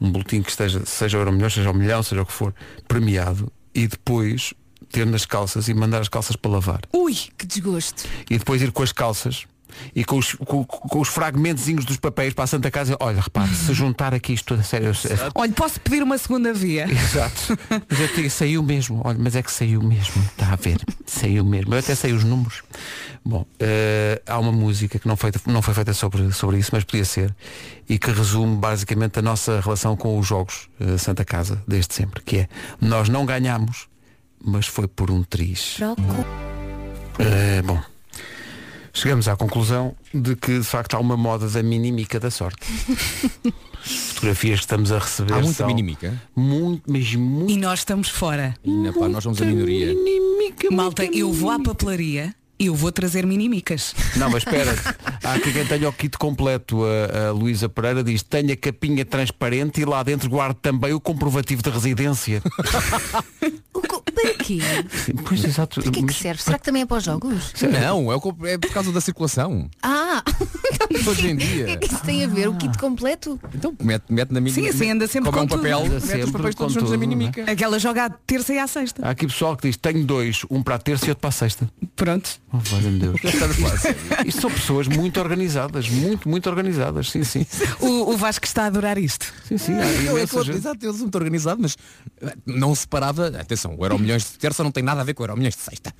S1: um boletim que esteja, seja o euro milhão, seja o milhão, seja o que for, premiado e depois ter nas calças e mandar as calças para lavar.
S4: Ui, que desgosto.
S1: E depois ir com as calças e com os, com, com os fragmentozinhos dos papéis para a Santa Casa. Olha, repare, se juntar aqui isto tudo a sério. eu sei-
S3: Olha, posso pedir uma
S1: (laughs)
S3: segunda via?
S1: Exato. Mas eu digo, saiu mesmo. Olha, mas é que saiu mesmo. Está a ver. Saiu mesmo. Eu até sei os números. Bom, eh, há uma música que não, feita, não foi feita sobre, sobre isso, mas podia ser. E que resume basicamente a nossa relação com os jogos eh, Santa Casa desde sempre. Que é, nós não ganhamos, mas foi por um triz. Eh, bom. Chegamos à conclusão de que de facto há uma moda da minimica da
S9: (laughs)
S1: sorte. As Fotografias que estamos a receber.
S9: Há muita
S1: são
S9: minimica. é?
S1: muito, mas muito
S3: E nós estamos fora.
S9: Ainda,
S1: Ah,
S9: pá, nós somos a minoria.
S1: Minimica,
S3: Malta,
S1: muita
S3: eu vou à
S1: minimica.
S3: papelaria e eu vou trazer minimicas.
S1: Não, mas espera. Há aqui quem tenha o kit completo. A, a Luísa Pereira diz, tenha a capinha transparente e lá dentro guarde também o comprovativo de residência.
S4: O co- Para quê?
S1: pois exato.
S4: Para que é que serve? Será que também é para os jogos?
S9: Não, é, o co- é por causa da circulação.
S4: Ah!
S9: Hoje em dia.
S4: O que
S3: (laughs)
S4: é que isso tem a ver?
S1: Ah.
S4: O kit completo?
S9: Então mete, mete na minimica.
S3: Sim, assim, anda sempre
S9: Como é um
S3: com tudo. É
S9: papel,
S3: Anda
S9: mete os
S1: sempre
S9: papéis
S1: com
S9: todos juntos
S1: tudo, né?
S9: na minimica.
S3: Aquela joga à terça e à sexta.
S1: Há aqui pessoal que diz, tenho dois, um para a terça e outro para a sexta.
S3: Pronto.
S1: Oh, valha-me Deus. (laughs) Isto são pessoas muito organizadas, muito, muito organizadas. Sim, sim.
S3: O, o Vasco está a adorar isto.
S1: Sim, sim. Há
S9: Eu é
S1: imensa
S9: que eu,
S1: gente.
S9: exato, eu sou muito organizado, mas eh, não separava. Atenção, o Euro Milhões de terça não tem nada a ver com o Euro Milhões de sexta.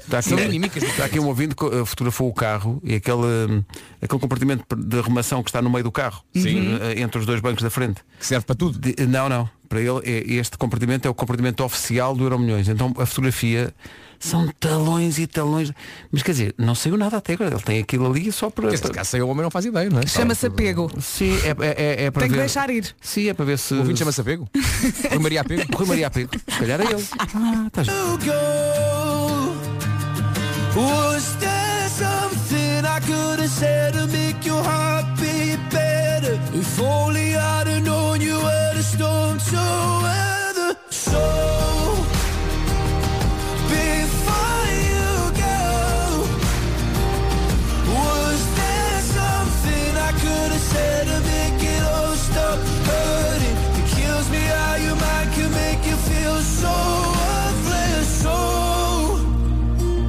S1: Está aqui,
S9: São
S1: um-
S9: inimicas
S1: está aqui um ouvinte que eh, fotografou o carro e aquele, hum, aquele compartimento de arrumação que está no meio do carro, eh, entre os dois bancos da frente.
S9: Que serve para tudo.
S1: De- não, não. Para ele, é- este compartimento é o compartimento oficial do Euro Milhões. Então a fotografia são talões e talões. Mas quer dizer, não saiu nada até agora. Ele tem aquilo ali só para.
S9: Este caso sem o homem não faz ideia, não é?
S3: Chama-se apego.
S1: Sim, é, é, é, é Ah, para
S3: Tem que
S1: ver.
S3: deixar ir.
S1: Sim, é para ver se.
S9: O ouvinte chama-se Apego? Rui Maria Apego?
S1: Rui Maria Apego. Se calhar é ele. Ah, estás...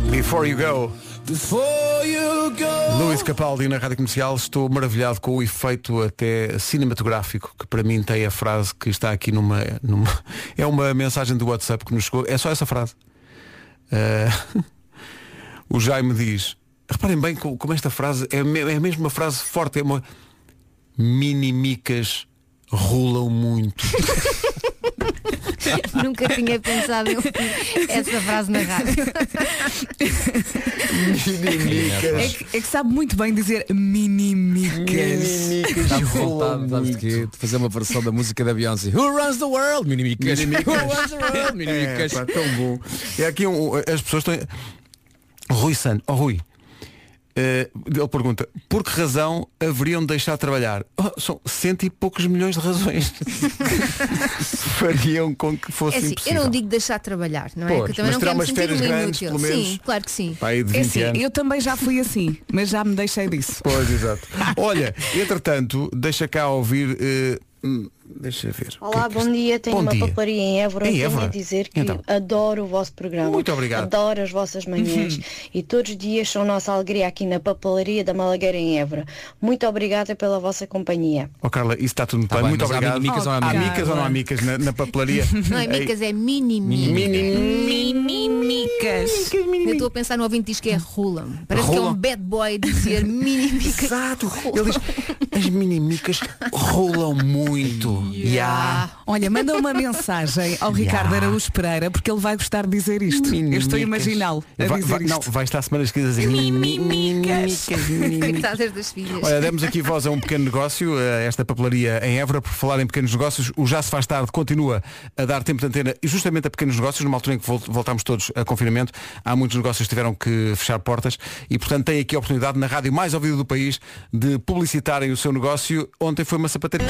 S1: Before you go. Luís Capaldi na Rádio Comercial, estou maravilhado com o efeito até cinematográfico que para mim tem a frase que está aqui numa, numa- (laughs) é uma mensagem do WhatsApp que nos chegou, é só essa frase. Eh, (laughs) o Jaime diz, reparem bem co- como esta frase é, me- é mesmo uma frase forte, é uma minimicas rolam muito.
S4: (laughs) Nunca tinha pensado em ouvir essa frase na rádio.
S3: É que, é que sabe muito bem dizer
S1: É
S3: minimicas.
S1: Tá
S9: Dá-me vontade, sabes de quê? De fazer uma versão da música da Beyoncé. Who runs the world? Minimicas.
S1: Minimicas.
S9: Who runs the (laughs) world? Minimicas.
S1: É, pá, tão bom. É aqui um, as pessoas estão. Rui San, oh Rui. eh, ele pergunta, por que razão haveriam de deixar de trabalhar? Oh, são cento e poucos milhões de razões. (laughs) Fariam com que fosse
S4: É assim, eu
S1: impossível.
S4: não digo deixar de trabalhar, não é?
S1: Pois,
S4: que eu
S1: mas
S4: também não
S1: tirar
S4: quero me
S1: umas
S4: sentir
S1: férias
S4: um
S1: grandes,
S4: inútil.
S1: pelo menos.
S4: Sim, claro que sim.
S1: Pá, aí de
S3: É
S1: 20
S3: assim,
S1: anos.
S3: eu também já fui assim, mas já me deixei disso.
S1: Pois, exato. Olha, entretanto, deixa cá ouvir. eh, hum, deixa ver. O que
S11: Olá,
S1: é que
S11: bom
S1: isto-
S11: dia. Tenho
S1: Bom
S11: uma
S1: dia.
S11: paparia em Évora.
S1: Em
S11: Tenho
S1: Évora?
S11: a dizer que
S1: Então.
S11: adoro o vosso programa.
S1: Muito obrigado.
S11: Adoro as vossas manhãs.
S1: Uhum.
S11: E todos os dias são nossa alegria aqui na papelaria da Malagueira em Évora. Muito obrigada pela vossa companhia.
S1: Oh Carla, isso está tudo muito bem.
S9: Tá bem,
S1: Muito
S9: mas há
S1: obrigado.
S9: mimicas ou há
S1: Há
S9: mimicas?
S1: micas ou não há micas na, na papelaria?
S4: Não é
S1: Ei,
S4: micas, é mini Minimicas. Eu estou a pensar no ouvinte que diz que é rulam. Parece que é
S1: Rulam.
S4: um bad boy dizer minimicas.
S1: (laughs)
S4: (laughs)
S1: Exato. Ele diz, as minimicas rolam muito. Ya.
S3: Ah, Olha, manda uma mensagem ao Ricardo Araújo Pereira porque ele vai gostar de dizer isto. Eu estou a imaginá-lo a
S1: Vai-
S3: É dizer
S1: vai- Não,
S3: isto.
S1: vai estar semanas seguidas a dizer minimicas. minimicas.
S4: Coitadas das
S1: (laughs)
S4: filhas.
S1: Olha, demos aqui voz a um pequeno negócio, a esta papelaria em Évora, por falar em pequenos negócios, o Já se faz tarde continua a dar tempo de antena e justamente a pequenos negócios, numa altura em que vol- voltámos todos a confinamento, há muitos negócios que tiveram que fechar portas e portanto tem aqui a oportunidade na rádio mais ouvida do país de publicitarem o seu negócio. Ontem foi uma sapataria.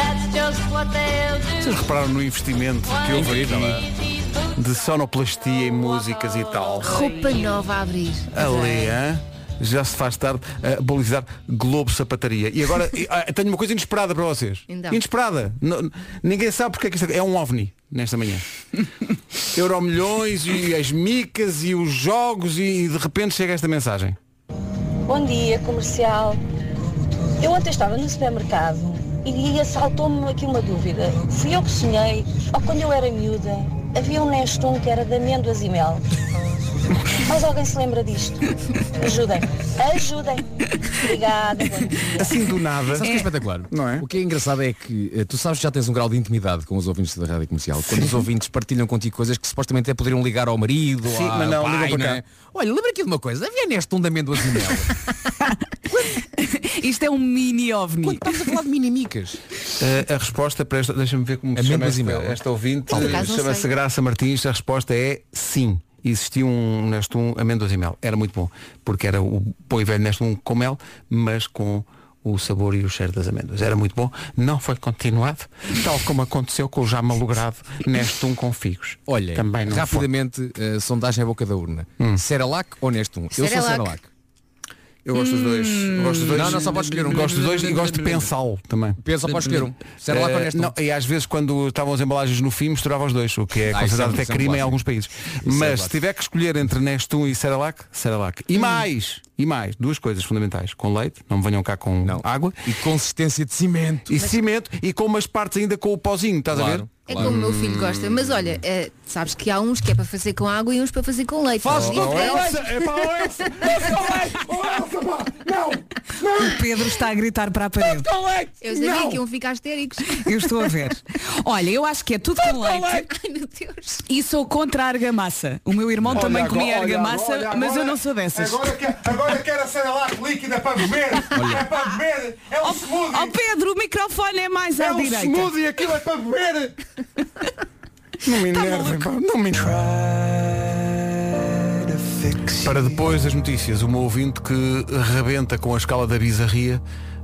S1: Vocês repararam no investimento que houve
S9: é?
S1: aqui de sonoplastia e músicas e tal.
S4: Roupa nova a abrir.
S9: é.
S1: Ali, hã? Já se faz tarde a balizar Globo Sapataria. E
S9: (laughs)
S1: agora e, ah, tenho uma coisa inesperada para vocês.
S4: Então.
S1: Inesperada. N- ninguém sabe porque é que isto é um ovni nesta
S9: (laughs)
S1: manhã. Euromilhões e as micas e os jogos e, de repente chega esta mensagem.
S6: Bom dia, comercial. Eu ontem estava no supermercado e assaltou-me aqui uma dúvida. Fui eu que sonhei, ou quando eu era miúda, havia um Nestum que era de amêndoas e mel. Mas alguém se lembra disto? Ajudem, ajudem. Obrigada, bom dia.
S1: Assim do nada.
S9: Sabes o que é espetacular?
S1: Não é?
S9: O que é engraçado é que eh, tu sabes que já tens um grau de intimidade com os ouvintes da rádio comercial. Quando os ouvintes partilham contigo coisas que supostamente é poderiam ligar ao marido,
S1: Sim,
S9: ao
S1: mas não,
S9: pai,
S1: ligam para
S9: não
S1: cá.
S9: é? Olha, lembra aqui de uma coisa. Havia neste um de
S1: (laughs)
S9: amêndoas e mel.
S3: Isto é um mini ovni.
S9: Estamos a falar de minimicas.
S1: Uh, a resposta para esta, deixa-me ver como se chama
S9: Amêndoas e
S1: esta,
S9: mel.
S1: esta ouvinte,
S4: Por acaso não
S1: chama-se
S4: sei.
S1: Graça Martins, a resposta é sim. Existia um Nestum amêndoas e mel. Era muito bom, porque era o bom e velho Nestum com mel, mas com o sabor e o cheiro das amêndoas. Era muito bom, não foi continuado, tal como aconteceu com o já malogrado Nestum com figos.
S9: Olha,
S1: Também não foi. Hum.
S9: rapidamente, eh, sondagem à boca da urna. Seralac ou Nestum? Eu sou
S4: Cerelac.
S9: Seralac.
S1: Eu gosto dos dois. Gosto dos dois.
S9: Não, não, só podes escolher um.
S1: Gosto dos dois e gosto de pensá-lo também.
S9: Pensa, podes escolher um. Seralac ou
S1: Eh,
S9: Nestum?
S1: não, e às vezes quando estavam as embalagens no fim misturava os dois, o que é
S9: Ah,
S1: considerado
S9: isso
S1: até
S9: é- isso é um
S1: crime em
S9: clássico.
S1: alguns países.
S9: é um
S1: Mas
S9: clássico. Hum.
S1: se tiver que escolher entre Nestum e Cerelac, Cerelac. E mais, e mais, duas coisas fundamentais. Com leite, não me venham cá com
S9: Não.
S1: água.
S9: E consistência de cimento.
S1: E cimento e com umas partes ainda com o pozinho, estás a ver?
S9: Claro,
S4: É
S9: claro.
S4: como o meu filho gosta. Mas olha, eh, sabes que há uns que é para fazer com água e uns para fazer com leite.
S9: Faz
S4: Não
S9: com
S4: interessa.
S1: é para o Elsa!
S3: O Pedro está a gritar para a parede.
S4: Eu sabia que um
S1: (laughs)
S4: fica astéricos.
S3: Eu estou a ver. Olha, eu acho que é tudo com leite.
S4: Ai meu Deus.
S3: E sou contra a argamassa. O meu irmão também comia argamassa, mas eu não sou dessas.
S1: quero, agora quero a Cerelac líquida para beber! É para beber! É um smoothie! um
S3: Oh Pedro, o microfone é mais à direita.
S1: smoothie, aquilo é para beber. Não me enervem, pá, não me enervem. Para depois das notícias, uma ouvinte que rebenta com a escala da bizarria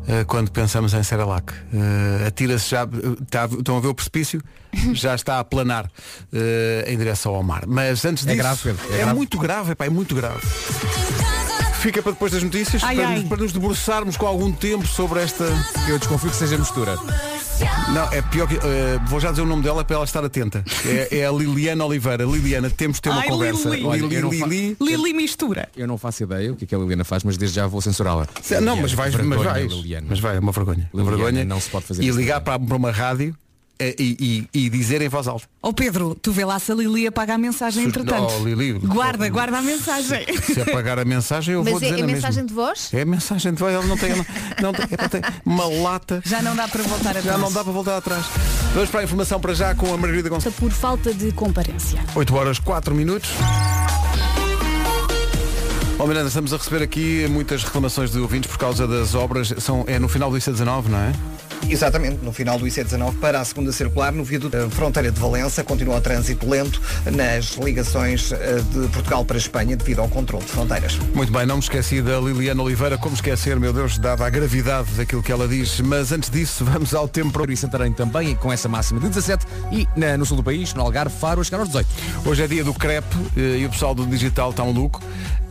S1: eh, quando pensamos em Cerelac. Eh, Atira-se já, eh, tá- estão a ver o
S9: (laughs)
S1: precipício? Já está a planar eh, em direção ao mar. Mas antes
S9: É
S1: disso,
S9: grave, Pedro, é
S1: é
S9: grave.
S1: muito grave, epá, é muito grave. Fica para depois das notícias,
S3: Ai,
S1: para,
S3: ai.
S1: Nos, para nos debruçarmos com algum tempo sobre esta...
S9: Eu desconfio que seja mistura.
S1: Não, é pior que. eh, vou já dizer o nome dela para ela estar atenta. É, é a Liliana Oliveira. Liliana, temos de ter uma
S3: Ai,
S1: conversa. é
S3: Lili.
S9: Olha, eu não fa-
S1: Lili.
S3: Lili mistura.
S9: Eu não faço ideia o que, é que a Liliana faz, mas desde já vou censurá-la.
S1: Se- Não, mas
S9: Liliana,
S1: vais, mas
S9: vergonha,
S1: vais.
S9: Liliana.
S1: Mas vai, é uma vergonha. Uma
S9: Liliana,
S1: vergonha.
S9: não se pode fazer
S1: E
S9: isso
S1: ligar para, para uma rádio eh, e, e- e dizer em voz alta.
S3: Ó Oh, Pedro, tu vê lá se a Lili apaga a mensagem
S1: Se-
S3: entretanto.
S1: Oh, Lili.
S3: Guarda, guarda a mensagem.
S1: Se apagar a mensagem, eu vou
S4: Mas é,
S1: dizer
S4: é
S1: na
S4: mensagem
S1: mesma.
S4: de voz?
S1: É mensagem de voz, ela não tem, não, não tem, epá, tem uma lata.
S3: Já não dá para voltar
S1: Já não dá para voltar atrás. Vamos para a informação para já com a Margarida Gonçalves.
S12: Por falta de comparência.
S1: 8 horas 4 minutos. Ó Miranda, estamos a receber aqui muitas reclamações de ouvintes por causa das obras. São, é no final do IC19, não é?
S10: Exatamente, no final do IC19 para a segunda circular, no viaduto da fronteira de Valença, continua o trânsito lento nas ligações eh, de Portugal para a Espanha devido ao controle
S1: (laughs)
S10: de fronteiras.
S1: Muito bem, não me esqueci da Liliana Oliveira, como esquecer, meu Deus, dada a gravidade daquilo que ela diz. Mas antes disso, (laughs) vamos ao tempo para
S9: e Santarém também, com essa máxima de 17 e na- no sul do país, no Algarve, Faro, a chegar aos 18.
S1: Hoje é dia do crepe eh, e o pessoal do digital está maluco.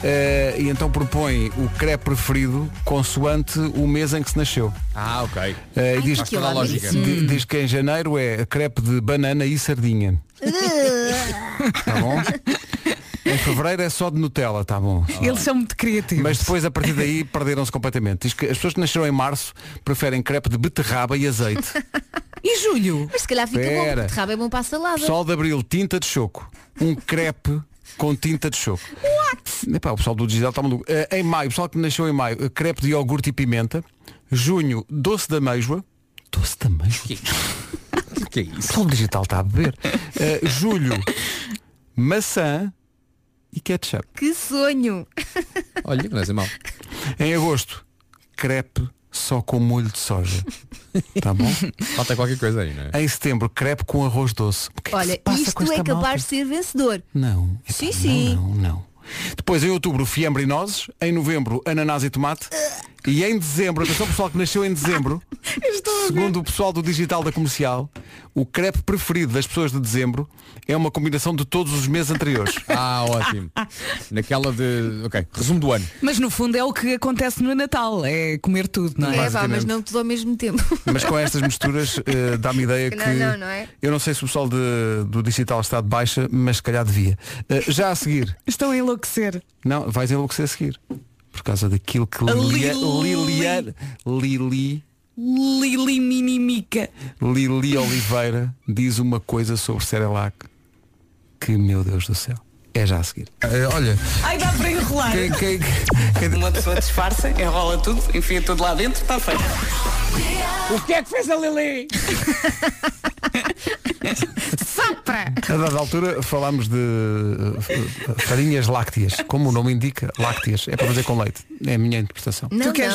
S1: Eh, E então propõe o crepe preferido consoante o mês em que se nasceu.
S9: Ah, ok.
S1: Eh, e diz,
S9: Faz toda a lógica.
S1: di- diz que em janeiro é crepe de banana e sardinha. Tá bom? Em fevereiro é só de Nutella, tá bom?
S3: Eles são muito criativos.
S1: Mas depois, a partir daí, perderam-se completamente. Diz que as pessoas que nasceram em março preferem crepe de beterraba e azeite.
S3: E julho?
S4: Mas se calhar fica bom, porque
S1: Espera.
S4: beterraba é bom para a salada.
S1: Pessoal de abril, tinta de choco. Um crepe com tinta de choco. What? Epá, o pessoal do digital está maluco. Eh, em maio, o pessoal que nasceu em maio, eh, crepe de iogurte e pimenta. Junho, doce da amêijoa. Doce da amêijoa?
S9: O que é isso? O
S1: pessoal do digital está a beber. Eh, julho, maçã e ketchup.
S4: Que sonho!
S9: Olha, não é mal.
S1: Em agosto, crepe só com molho de soja. Tá
S4: (laughs)
S1: bom?
S9: Falta qualquer coisa aí, não é?
S1: Em setembro, crepe com arroz doce.
S4: Olha, isto é capaz de ser vencedor.
S1: Não.
S4: Sim, sim.
S1: Depois, em outubro, fiambre e nozes. Em novembro, ananás e tomate. E em dezembro, atenção pessoal que nasceu em
S4: (laughs)
S1: dezembro, segundo o pessoal do digital da comercial, o crepe preferido das pessoas de dezembro é uma combinação de todos os meses
S4: (laughs)
S1: anteriores.
S9: Ah, ótimo. Naquela de. Ok, resumo do ano.
S3: Mas no fundo é o que acontece no Natal, é comer tudo, não é?
S1: É, vá, mas não
S4: tudo ao mesmo tempo.
S1: Mas com estas misturas eh, dá-me ideia que.
S4: Não, não, não é?
S1: Eu não sei se o pessoal de- do digital está de baixa, mas se calhar devia. Eh, já a seguir.
S3: Estão a enlouquecer.
S1: Não, vais enlouquecer a seguir. Por causa daquilo que
S3: A
S1: Lilia,
S3: Lili.
S1: Lilian, Lili,
S3: Lili Minimica.
S1: Lili Oliveira diz uma coisa sobre Cerelac que, meu Deus do céu, é já a seguir. Eh, olha,
S3: Ai, dá para enrolar.
S1: Quem- quem-
S13: Uma pessoa disfarça, enrola tudo, enfia tudo lá dentro, está feito. O que é que fez a Lili?
S4: Sapra!
S1: A dada altura falámos de eh, farinhas lácteas, como o nome indica, lácteas, é para fazer com leite. É a minha interpretação.
S4: Não, não. Lácteas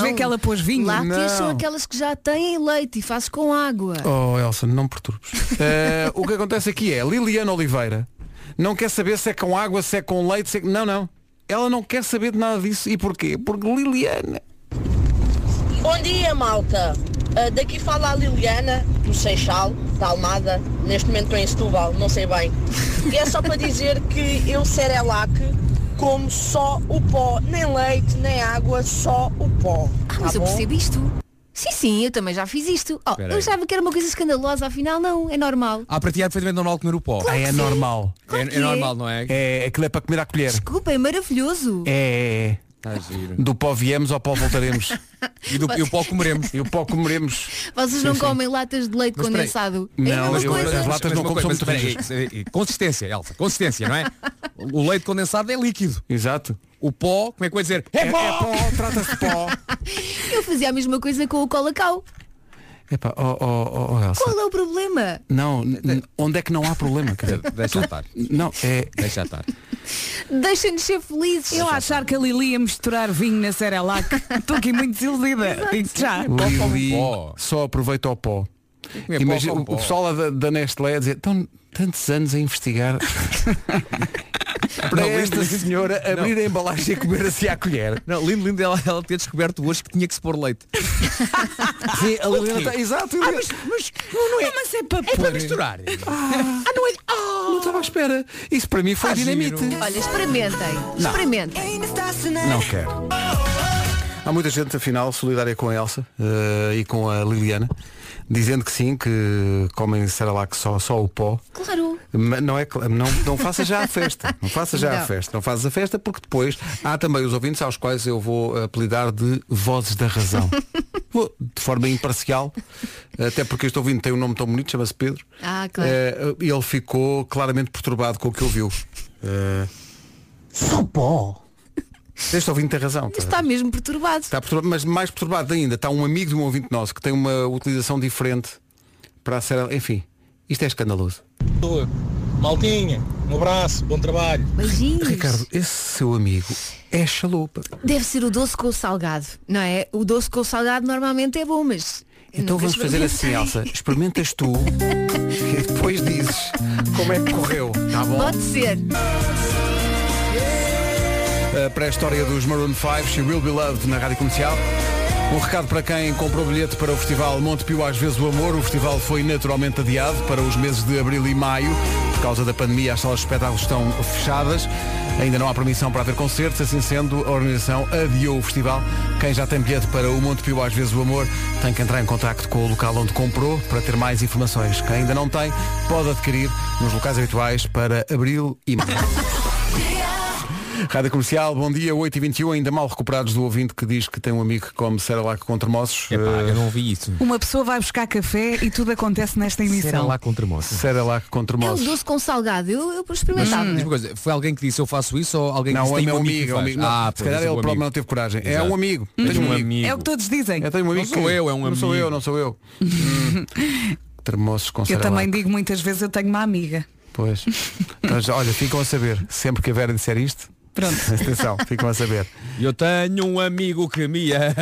S1: Não.
S4: são aquelas que já têm leite e fazes com água.
S1: Oh Elsa, não me perturbes. Eh, o que acontece aqui é, Liliana Oliveira não quer saber se é com água, se é com leite, se é... Não, não. Ela não quer saber de nada disso. E porquê? Porque Liliana.
S14: Bom dia, malta. Ah, daqui fala a Liliana, do Seixal, da Almada. Neste momento estou em Setúbal, não sei bem. E é só para dizer que eu, Cerelac, como só o pó. Nem leite, nem água, só o pó.
S4: Ah, mas
S14: tá
S4: eu
S14: bom?
S4: percebo isto. Sim, sim, eu também já fiz isto. Oh,
S9: Espera
S4: eu
S9: aí.
S4: achava que era uma coisa escandalosa, afinal não, é normal.
S9: Ah, para ti é perfeitamente normal comer o pó.
S1: Ah, é normal.
S9: É, é normal, não é?
S1: É aquilo é para comer à colher.
S4: Desculpa, é maravilhoso.
S1: É. Do pó viemos ao pó (laughs) voltaremos.
S9: e, do, e o pó é comeremos.
S1: E o pó comeremos.
S4: Vocês não
S1: Sim, sim.
S4: comem latas de leite
S9: Mas espera aí.
S4: condensado.
S9: Não,
S4: é
S9: eu-
S1: coisa.
S9: as latas não
S1: Mas uma
S9: compram
S1: coisa,
S9: muito
S1: mas
S9: ricas. É, é, Consistência, Elsa, consistência, não é? O leite condensado é líquido.
S1: Exato.
S9: O pó, como é que eu ia dizer? É, pó!
S1: trata-se de pó.
S4: Eu fazia a mesma coisa com o colacau.
S1: Epá, oh, oh, oh, oh, Elsa.
S4: Qual é o problema?
S1: Não, n- n- onde é que não há problema, cara? (laughs)
S9: Deixa estar.
S1: Não, é.
S9: Deixa estar.
S1: (laughs)
S4: Deixem-nos ser felizes.
S3: Eu a achar que a Lili ia misturar vinho na Cerelac. Estou aqui muito desiludida. Digo-te já.
S1: Lili só aproveita o pó.
S3: É pó
S1: Imagina,
S3: com
S1: o,
S3: pó.
S1: o pessoal lá da, da Nestlé a dizer, estão tantos anos a (laughs) investigar para
S9: Não,
S1: esta
S9: lindo, lindo.
S1: senhora
S9: Não.
S1: abrir a embalagem e comer assim à colher.
S9: Não, lindo, lindo ela, ela ter descoberto hoje que tinha que se pôr leite.
S1: Sim, a
S9: Liliana
S1: está- exato.
S9: mas, mas não, não é.
S3: mas é para,
S9: pôr. misturar.
S1: Ah, não é. Não estava à espera. Isso para mim foi dinamite.
S4: Olha, experimentem.
S1: Não.
S4: Experimentem.
S1: Não quero. Há muita gente, afinal, solidária com a Elsa eh, e com a Liliana. dizendo que sim, que comem, será lá, que só, só o pó.
S4: Claro.
S1: Mas não, é, cl- não, não faça já a festa. Não faça já a
S4: Não.
S1: festa. Não faças a festa porque depois há também os ouvintes aos quais eu vou apelidar de vozes da
S4: (laughs)
S1: razão. Vou, de forma imparcial, até porque este ouvinte tem um nome tão bonito, chama-se Pedro.
S4: Ah, claro.
S1: Eh, ele ficou claramente perturbado com o que ouviu. Eh, Só pó. Este ouvinte tem razão. tá?
S4: Está mesmo perturbado.
S1: Está perturbado, mas mais perturbado ainda, está um amigo de um ouvinte nosso que tem uma utilização diferente para a ser. Enfim, isto é escandaloso.
S15: Maltinha, um abraço, bom trabalho.
S4: Beijinhos.
S1: Ricardo, esse seu amigo é chalupa.
S4: Deve ser o doce com o salgado, não é? O doce com o salgado normalmente é bom, mas. eu
S1: Então
S4: nunca
S1: vamos fazer assim,
S4: experimentei.
S1: Elsa. Experimentas tu (laughs) e depois dizes como é que correu. Tá bom?
S4: Pode ser.
S1: Eh, A pré-história dos Maroon 5, She Will Be Loved, na Rádio Comercial. Um recado para quem comprou bilhete para o festival Monte Pio Às Vezes o Amor. O festival foi naturalmente adiado para os meses de abril e maio. Por causa da pandemia, as salas de espetáculos estão fechadas. Ainda não há permissão para haver concertos. Assim sendo, a organização adiou o festival. Quem já tem bilhete para o Monte Pio Às Vezes o Amor tem que entrar em contacto com o local onde comprou para ter mais informações. Quem ainda não tem, pode adquirir nos locais habituais para abril e maio. Rádio Comercial, bom dia, 8h21, ainda mal recuperados do ouvinte que diz que tem um amigo que come Cerelac Eh, com termossos. eu não ouvi isso.
S3: Uma pessoa vai buscar café e tudo acontece nesta emissão.
S1: com termossos. Cerelac com
S4: É o
S1: termossos.
S4: doce com salgado, eu, eu
S9: Mas
S4: experimentava.
S9: diz uma coisa, foi alguém que disse eu faço isso ou alguém
S1: Não,
S9: que disse
S1: é
S9: tem
S1: meu
S9: um amigo,
S1: amigo,
S9: que
S1: é um
S9: faz?
S1: amigo. Não,
S9: Ah,
S1: se
S9: pois,
S1: calhar
S9: esse
S1: ele
S9: é o
S1: próprio
S9: amigo.
S1: não teve coragem. É
S9: Exato.
S1: um amigo.
S9: Uhum.
S1: Tenho um amigo.
S3: É o que todos dizem.
S1: Eu tenho um amigo
S3: Não sou
S1: que-
S3: eu, é um
S1: Não sou
S3: amigo.
S1: eu, não sou eu. Hum, termossos com
S3: Eu
S1: Cerelac.
S3: também digo muitas vezes eu tenho uma amiga.
S1: Pois. Mas, olha, ficam a saber, sempre que a Vera disser isto.
S3: Pronto.
S1: (laughs) Atenção, ficam a saber.
S9: Eu tenho um amigo que me ama.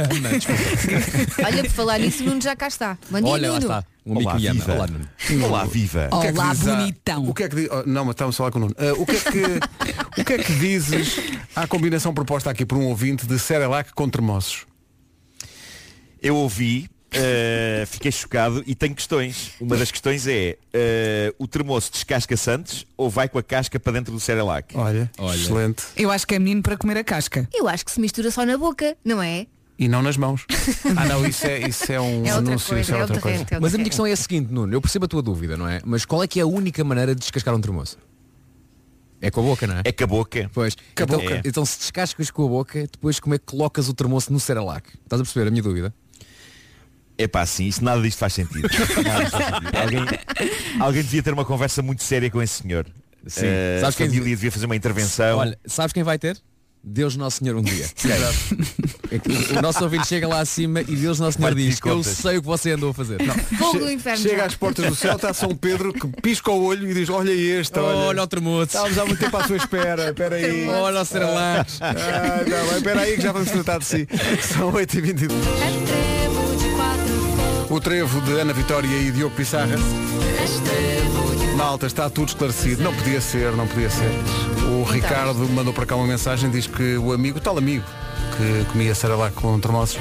S4: Olha, por falar nisso, o Nuno já cá está. Bom dia,
S9: Olha, lá
S4: Nuno.
S9: está. Um amigo
S1: Olá,
S9: que me ama.
S1: viva.
S9: Olá, Nuno.
S1: Olá, viva. O que é que
S4: Olá,
S1: dizes à-
S4: bonitão.
S1: O que é que diz... oh, Não, mas estamos a falar com o Nuno. Ah, o, que é
S4: (laughs)
S1: que... o que é que dizes à combinação proposta aqui por um ouvinte de Cerelac com termossos?
S16: Eu ouvi, eh, fiquei chocado e tenho questões. Uma das questões é, eh, o termoço descasca Santos ou vai com a casca para dentro do Cerelac?
S1: Olha, excelente.
S3: Eu acho que é menino para comer a casca.
S4: Eu acho que se mistura só na boca, não é?
S1: E não nas mãos. Ah não, isso é, isso é um
S4: É outra
S1: anúncio,
S4: coisa,
S1: isso é
S4: é
S1: outra
S4: outra
S1: coisa.
S4: rede, é outra
S9: Mas a minha questão é a seguinte, Nuno, eu percebo a tua dúvida, não é? Mas qual é que é a única maneira de descascar um termoço? É com a boca, não é? É
S16: com a boca.
S9: Pois.
S16: Com a
S9: então,
S16: boca.
S9: então se descascas com a boca, depois como é que colocas o termoço no Cerelac? Estás a perceber a minha dúvida?
S16: É pá, sim, isso nada disto faz sentido. Nada disto faz sentido. alguém, alguém devia ter uma conversa muito séria com esse senhor.
S9: Sim.
S16: Eh,
S9: Sabes
S16: a
S9: quem-
S16: família devia fazer uma intervenção.
S9: Olha, sabes quem vai ter? Deus Nosso Senhor
S16: (laughs)
S9: um dia. É que o- o nosso ouvinte chega lá acima e Deus Nosso Senhor
S16: Vai-te
S9: diz,
S16: pedir
S9: eu
S16: contas."
S9: sei o que você andou a fazer.
S4: Fogo do inferno.
S1: Chega às portas do céu, está São Pedro que pisca o olho e diz, olha este, olha.
S9: Olha o termoço.
S1: Estávamos há muito tempo à sua espera, espera aí.
S9: Olha o Cerelac.
S1: Ah, tá bem, espera aí que já vamos tratar de si. São 8h22. O trevo de Ana Vitória e Diogo Pissarra. Malta, está tudo esclarecido. Não podia ser, não podia ser. O Ricardo mandou para cá uma mensagem, diz que o amigo, o tal amigo, que comia Saralá com termossos,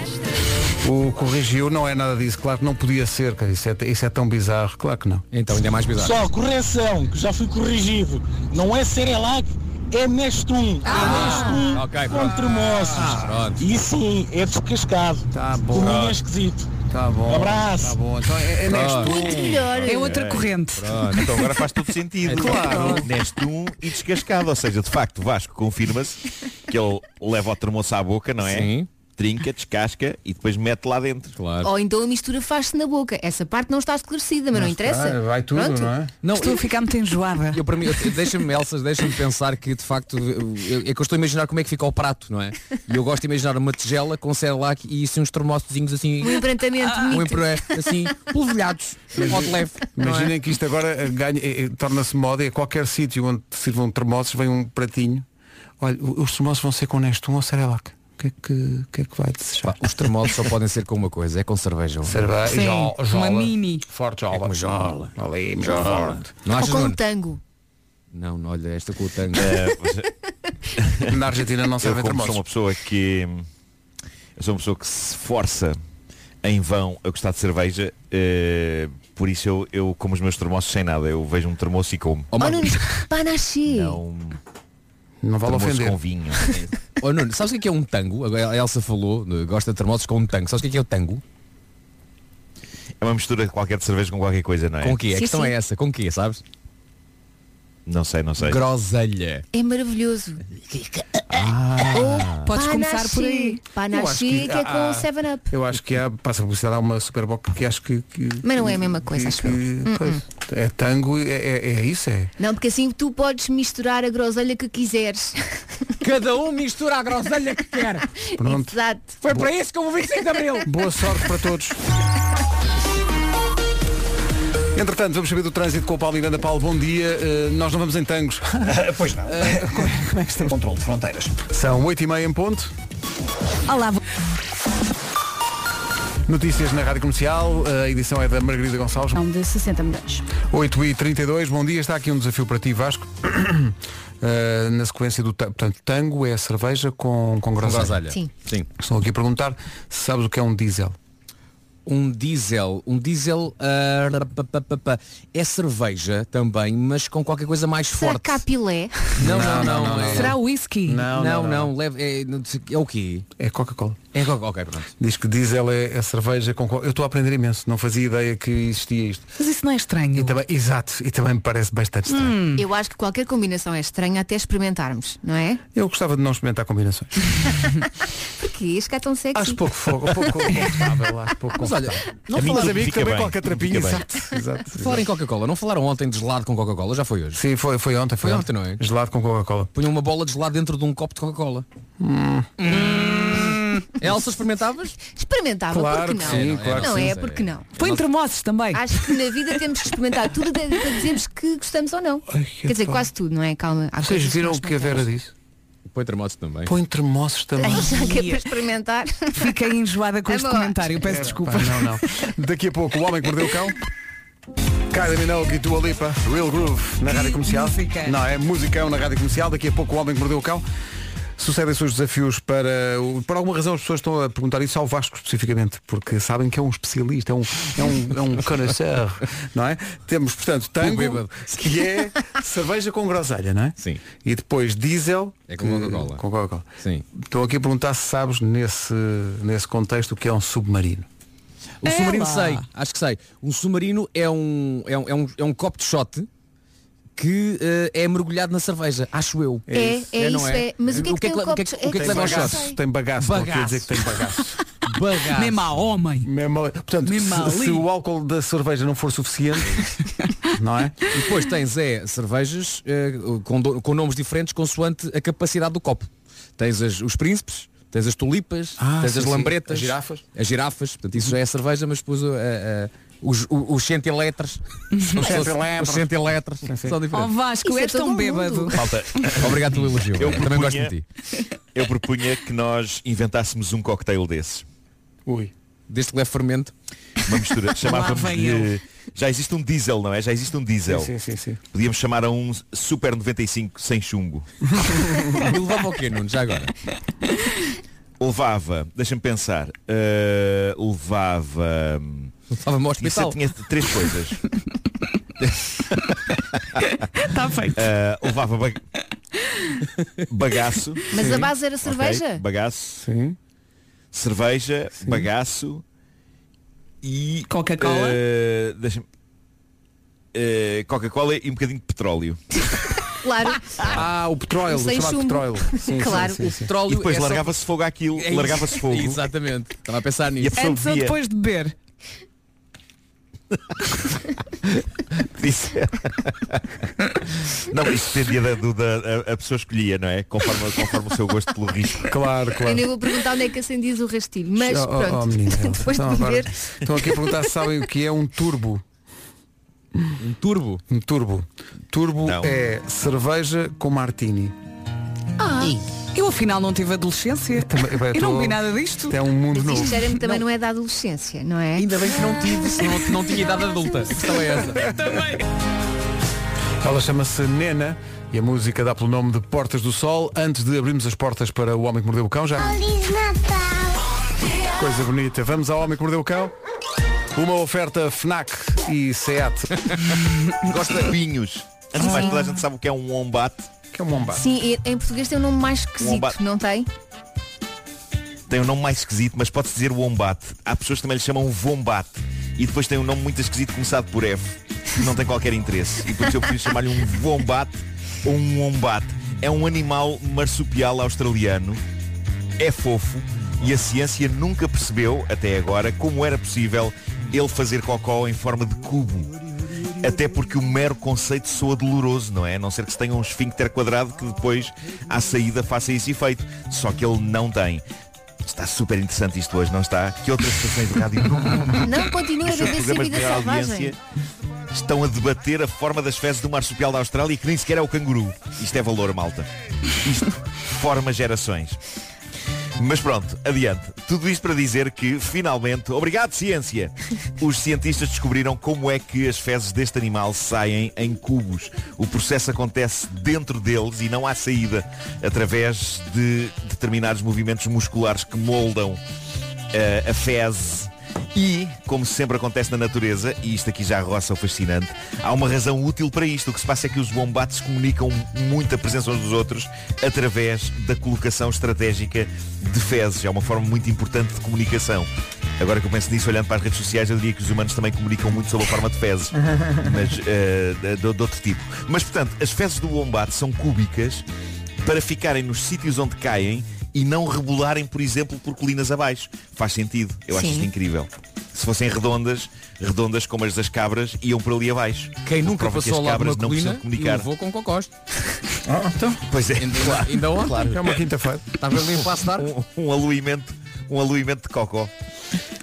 S1: o corrigiu, não é nada disso. Claro que não podia ser, cara. Isso é, isso é tão bizarro. Claro que não.
S9: Então, ainda é mais
S15: Só correção, que já fui corrigido. Não é Cerelac, é Nestum. é Nestum
S9: Ah, ok,
S15: com
S9: pronto. Ah,
S15: tremoços. e sim, é descascado. Tá bom. Cominho é
S1: Pronto.
S15: esquisito.
S1: Tá bom.
S15: Abraço.
S1: Tá bom. Então é, é Nestum.
S15: Muito melhor.
S3: É outra corrente.
S16: Pronto, então agora faz todo sentido.
S1: Claro.
S16: Neste um e descascado. Ou seja, de facto, Vasco confirma-se que ele leva o termoço à boca, não é? Sim. Trinca, descasca e depois mete lá dentro.
S9: Claro.
S4: Ou então a mistura faz-se na boca. Essa parte não está esclarecida, mas não,
S9: É
S4: interessa. Pronto.
S1: é?
S9: Não,
S3: estou a ficar muito enjoada.
S9: Eu para mim, eu- deixa-me, Elsa, deixa-me pensar que de facto eu- eu- é que eu estou a imaginar como é que fica o prato, não é? E eu gosto de imaginar uma tigela com Cerelac e assim uns termoçozinhos assim.
S4: Um embrantamento
S9: um
S4: bonito.
S9: empre- assim, polvilhados, um hot leve. não é?
S1: Imaginem que isto agora eh, ganha, eh, eh, torna-se moda e a qualquer sítio onde sirvam termossos vem um pratinho. Olha, o- os termossos vão ser com Nestum ou Cerelac. O que é que, o que, é que vai desejar?
S9: Pá, Os termoços só podem ser com uma coisa, é com cerveja.
S1: Cerveja, Sim, jo- uma jola. mini.
S9: Forte jola. uma jola.
S1: Ali,
S9: muito
S1: É Jola.
S9: forte. Não
S4: Ou
S9: achas,
S4: com um
S9: Nuno?
S4: tango.
S9: Não, não, olha, esta com o tango.
S16: Eh,
S1: Na Argentina não servem
S16: eu, como
S1: termossos.
S16: sou uma pessoa que eu sou uma pessoa que se força em vão a gostar de cerveja eh, por isso eu, eu como os meus termossos sem nada eu vejo um termoço e como É um
S4: Oh, Nuno, panache.
S1: Não
S9: vale ofender.
S16: com vinho
S9: Oh, Nuno, sabes o que é, que é um tango? A Elsa falou, eh, gosta de termoços com um tango. Sabes o que é, que é o tango?
S16: É É uma mistura de qualquer de cerveja com qualquer coisa, não é?
S9: Com o quê? A Sim, questão sim. é
S16: essa. Com o quê, sabes? Não sei, não sei.
S9: Groselha.
S4: É maravilhoso.
S1: Ah.
S4: Ou
S3: Oh, Podes começar por aí.
S4: Panache, que, é com
S1: há-
S4: o 7-Up.
S1: Eu acho que há, passa a publicidade, há uma Superboc porque acho que, que-
S4: Mas não é a mesma coisa,
S1: que,
S4: acho
S1: que-
S4: eu. Hum,
S1: pois,
S4: Mm-mm.
S1: É tango, é, é- é isso, é.
S4: Não, porque assim tu podes misturar a groselha que quiseres.
S9: Cada um mistura a groselha que quer.
S1: Pronto.
S4: Exato.
S9: Foi para isso que eu vou 25 de Abril.
S1: (laughs) Boa sorte para todos. Entretanto, vamos saber do trânsito com o Paulo Miranda. Paulo, bom dia. Eh, nós não vamos em tangos.
S10: Ah, pois não.
S1: como, é, como é que estamos?
S10: Controle de fronteiras.
S1: São 8h30 em ponto.
S3: Olá, vo-
S1: Notícias na Rádio Comercial. A edição é da Margarida Gonçalves.
S12: São de 60 milhões.
S1: 8h32, bom dia. Está aqui um desafio para ti, Vasco. (clears throat) Eh, na sequência do ta- portanto, tango é cerveja com, com groselha.
S9: groselha. Sim. Sim.
S1: Estão aqui a perguntar se sabes o que é um diesel.
S9: Um diesel, um diesel ah, pa, pa, pa, pa. é cerveja também, mas com qualquer coisa mais
S4: Será
S9: forte.
S4: capilé?
S9: Não, não, não. é-
S3: Será whisky?
S9: Não, não, leve- é, não sei- é o quê?
S1: É Coca-Cola.
S9: É Coca-Cola, ok, pronto.
S1: Diz que diesel é, é cerveja com. co- Eu estou a aprender imenso, não fazia ideia que existia isto.
S3: Mas isso não é estranho.
S1: E também, exato, e também me parece bastante estranho.
S4: Eu acho que qualquer combinação é estranha até experimentarmos, não é?
S1: Eu gostava de não experimentar combinações.
S4: Porque isto cá é tão sexy.
S1: Acho pouco fogo, (laughs) pouco confortável, acho pouco
S9: Mas olha,
S1: confortável.
S9: não
S1: A mim
S9: falaram-
S1: fica bem, também qualquer trapinha,
S9: fica bem.
S1: (laughs) exato, exato,
S9: Falar em Coca-Cola, não falaram ontem de gelado com Coca-Cola, já foi hoje.
S1: Sim, foi, foi ontem,
S9: foi, ontem, não é?
S1: Gelado com Coca-Cola.
S9: Punham uma bola de gelado dentro de um copo de Coca-Cola. Hum. Elsa, experimentavas?
S4: Experimentava,
S9: Claro
S4: porque
S9: que
S4: não?
S9: sim, claro que
S4: não
S9: sim.
S4: é, porque não.
S3: Põe termossos também.
S4: Acho que na vida temos que experimentar tudo até para dizermos que gostamos ou não. Quer dizer,
S1: pá.
S4: quase tudo, não é? Calma. há
S1: Vocês
S4: coisas
S1: viram
S4: nós
S1: o
S4: (laughs)
S1: que a
S4: não
S1: Vera disse?
S9: Põe termossos também.
S1: (laughs) Põe termossos também.
S4: temos. Já que é para experimentar.
S3: Fiquei enjoada com este
S4: Vamos lá.
S3: comentário, peço desculpa.
S1: É, Pá, não, não. (laughs) Daqui a pouco, o homem que mordeu o cão. Kylie Minogue e Dua Lipa, Real Groove, na Rádio Comercial.
S3: Música.
S1: Não, é musicão na Rádio Comercial. Daqui a pouco, o homem que mordeu o cão. Sucedem-se os desafios para... o- Por alguma razão as pessoas estão a perguntar isso ao Vasco especificamente, porque sabem que é um especialista, é um, é um, é um connoisseur, (laughs) não é? Temos, portanto, tango,
S9: bêbado.
S1: que é cerveja com groselha, não é? Sim. E depois diesel...
S9: É com
S1: que-
S9: Coca-Cola.
S1: Com Coca-Cola.
S9: Sim.
S1: Estou aqui a perguntar se sabes, nesse, nesse contexto, o que é um submarino.
S9: O
S1: É
S9: submarino
S1: lá.
S9: sei, acho que sei. Um submarino é um, é um, é um, é um copo de shot que eh, é mergulhado na cerveja, acho eu.
S4: É, É isso. é
S9: não
S4: isso, é. Mas o que é que tem o
S9: o que é
S4: copo
S9: que- o que é que
S4: de-
S9: leva aos
S1: bagaço,
S9: shots?
S1: tem bagaço, não quer dizer que tem bagaço. (laughs)
S9: Bagaço.
S3: Mesmo a homem.
S1: Mesmo- portanto,
S3: Mesmo
S1: se,
S3: ali.
S1: se o álcool da cerveja não for suficiente, não é?
S9: E depois tens é cervejas eh, com, do- com nomes diferentes consoante a capacidade do copo. Tens as- os príncipes, tens as tulipas,
S1: Ah,
S9: tens
S1: sim,
S9: as
S1: sim.
S9: lambretas,
S1: As girafas.
S9: as girafas. Portanto, isso já é cerveja, mas depois eh, eh, os, os,
S4: (laughs)
S9: os centiletros, são os-
S1: Centiletros.
S9: os centiletros, são
S3: Ó
S9: diferentes.
S3: Oh, Vasco,
S4: Isso é
S3: és
S4: todo
S3: tão
S4: mundo.
S3: bêbado.
S16: Falta.
S9: Obrigado pelo elogio.
S16: Eu
S9: Eu também
S16: propunha-
S9: gosto de ti.
S16: (laughs) Eu propunha que nós inventássemos um cocktail desses.
S1: Ui.
S9: Desde que leve fermento.
S16: Uma mistura. Chamávamos
S9: vem
S16: de... Já existe um diesel, não é? Já existe um diesel.
S1: Sim, sim,
S9: (laughs)
S1: sim.
S16: Podíamos chamar a um Super 95 sem chumbo.
S9: E levava o quê, Nuno? Já agora.
S16: Levava, deixa-me pensar, eh, levava...
S9: Levava-me ao
S16: Isso eu
S9: hospital.
S16: tinha três coisas.
S3: Está feito.
S16: Eh, levava ba- bagaço.
S4: Mas a base era
S16: Ok,
S4: cerveja?
S16: Bagaço.
S1: Sim.
S16: Cerveja, bagaço e.
S3: Coca-Cola?
S1: É,
S16: eh, deixa-me- eh, Coca-Cola e um bocadinho de petróleo.
S4: Claro.
S1: Ah, o petróleo,
S9: é
S4: Sem
S1: chamado
S4: chumbo.
S1: petróleo. Sim,
S4: Claro.
S1: sim, sim, sim.
S9: (laughs) Petróleo
S16: E depois
S9: é só-
S16: largava-se fogo àquilo,
S9: É isso.
S16: largava-se fogo.
S9: (laughs) Exatamente. Estava a pensar
S16: E a
S9: nisso.
S16: pessoa
S3: Antes ou
S16: bebia.
S3: depois de beber?
S16: Isso. (laughs) Não, isso dependia da, do- da- a, a pessoa escolhia, não é? Conforme, conforme o seu gosto pelo risco.
S1: Claro,
S4: Eu
S1: claro.
S4: nem vou perguntar onde é que acendias o rastilho. Mas
S1: Oh, oh,
S4: pronto.
S1: oh,
S4: (laughs)
S1: menina,
S4: Depois
S1: então
S4: de
S1: agora-
S4: beber.
S1: Estão aqui a perguntar se sabem o que é um turbo.
S9: Um turbo.
S1: Um turbo. Turbo
S16: Não.
S1: é cerveja com martini.
S4: Ah,
S3: Eu afinal não tive adolescência.
S1: Também- eu
S3: Eu não
S1: tô-
S3: vi nada disto.
S1: É um mundo
S4: Mas
S1: novo.
S4: isto geralmente também não. é da adolescência, não é?
S9: Ainda bem que não tive, senão não tinha (laughs) idade adulta. A questão é essa.
S1: Ela chama-se Nena e a música dá pelo nome de Portas do Sol. Antes de abrirmos as portas para o Homem que Mordeu o Cão, já.
S2: Feliz
S9: (laughs)
S2: Natal.
S1: Coisa bonita. Vamos ao Homem que Mordeu o Cão. Uma oferta FNAC e SEAT.
S16: Gosto de vinhos. Antes de mais, toda a gente sabe o que é um ombate.
S1: Que é um bombado.
S4: Sim, e- em português tem um nome mais esquisito,
S16: Wombat.
S4: não tem?
S16: tem um nome mais esquisito, mas pode-se dizer wombate. Há pessoas que também lhe chamam vombate. e depois tem um nome muito esquisito começado por F, que não tem qualquer interesse. E por isso eu preciso chamar-lhe um vombate ou um wombate. É um animal marsupial australiano, é fofo e a ciência nunca percebeu, até agora, como era possível ele fazer cocó em forma de cubo. Até porque o mero conceito soa doloroso, não é? A não ser que se tenha um esfíncter quadrado que depois, à saída, faça esse efeito. Só que ele não tem. Está super interessante isto hoje, não está? Que outras estações de rádio no mundo
S4: Não continua a
S16: os seus
S4: beber
S16: programas de
S4: bebida
S16: maior
S4: assim selvagem.
S16: audiência estão a debater a forma das fezes do marsupial da Austrália e que nem sequer é o canguru. Isto é valor, malta. Isto forma gerações. Mas pronto, adiante. Tudo isto para dizer que, finalmente, obrigado ciência, os cientistas descobriram como é que as fezes deste animal saem em cubos. O processo acontece dentro deles e não há saída, através de determinados movimentos musculares que moldam eh, a fezes e, como sempre acontece na natureza, e isto aqui já roça o fascinante, há uma razão útil para isto. O que se passa é que os bombates comunicam muito a presença uns dos outros através da colocação estratégica de fezes. É uma forma muito importante de comunicação. Agora que eu penso nisso, olhando para as redes sociais, eu diria que os humanos também comunicam muito sob a forma de fezes mas eh, de, de outro tipo. Mas portanto, as fezes do bombate são cúbicas para ficarem nos sítios onde caem e não rebolarem, por exemplo, por colinas abaixo. Faz sentido. Eu acho
S4: Sim.
S16: isto incrível. Se fossem redondas, redondas como as das cabras, iam por ali abaixo.
S9: Quem
S16: O que
S9: nunca
S16: prova que
S9: passou
S16: as
S9: lá de
S16: cabras
S9: uma
S16: não precisam
S9: colina e
S16: comunicar.
S9: levou com cocós.
S16: Pois é,
S9: Ainda,
S16: claro.
S9: ainda ontem.
S16: Claro.
S9: É uma quinta-feira. Estava ali em Passo de Arcos.
S16: Um, (laughs) um aluimento, um aluimento de cocó.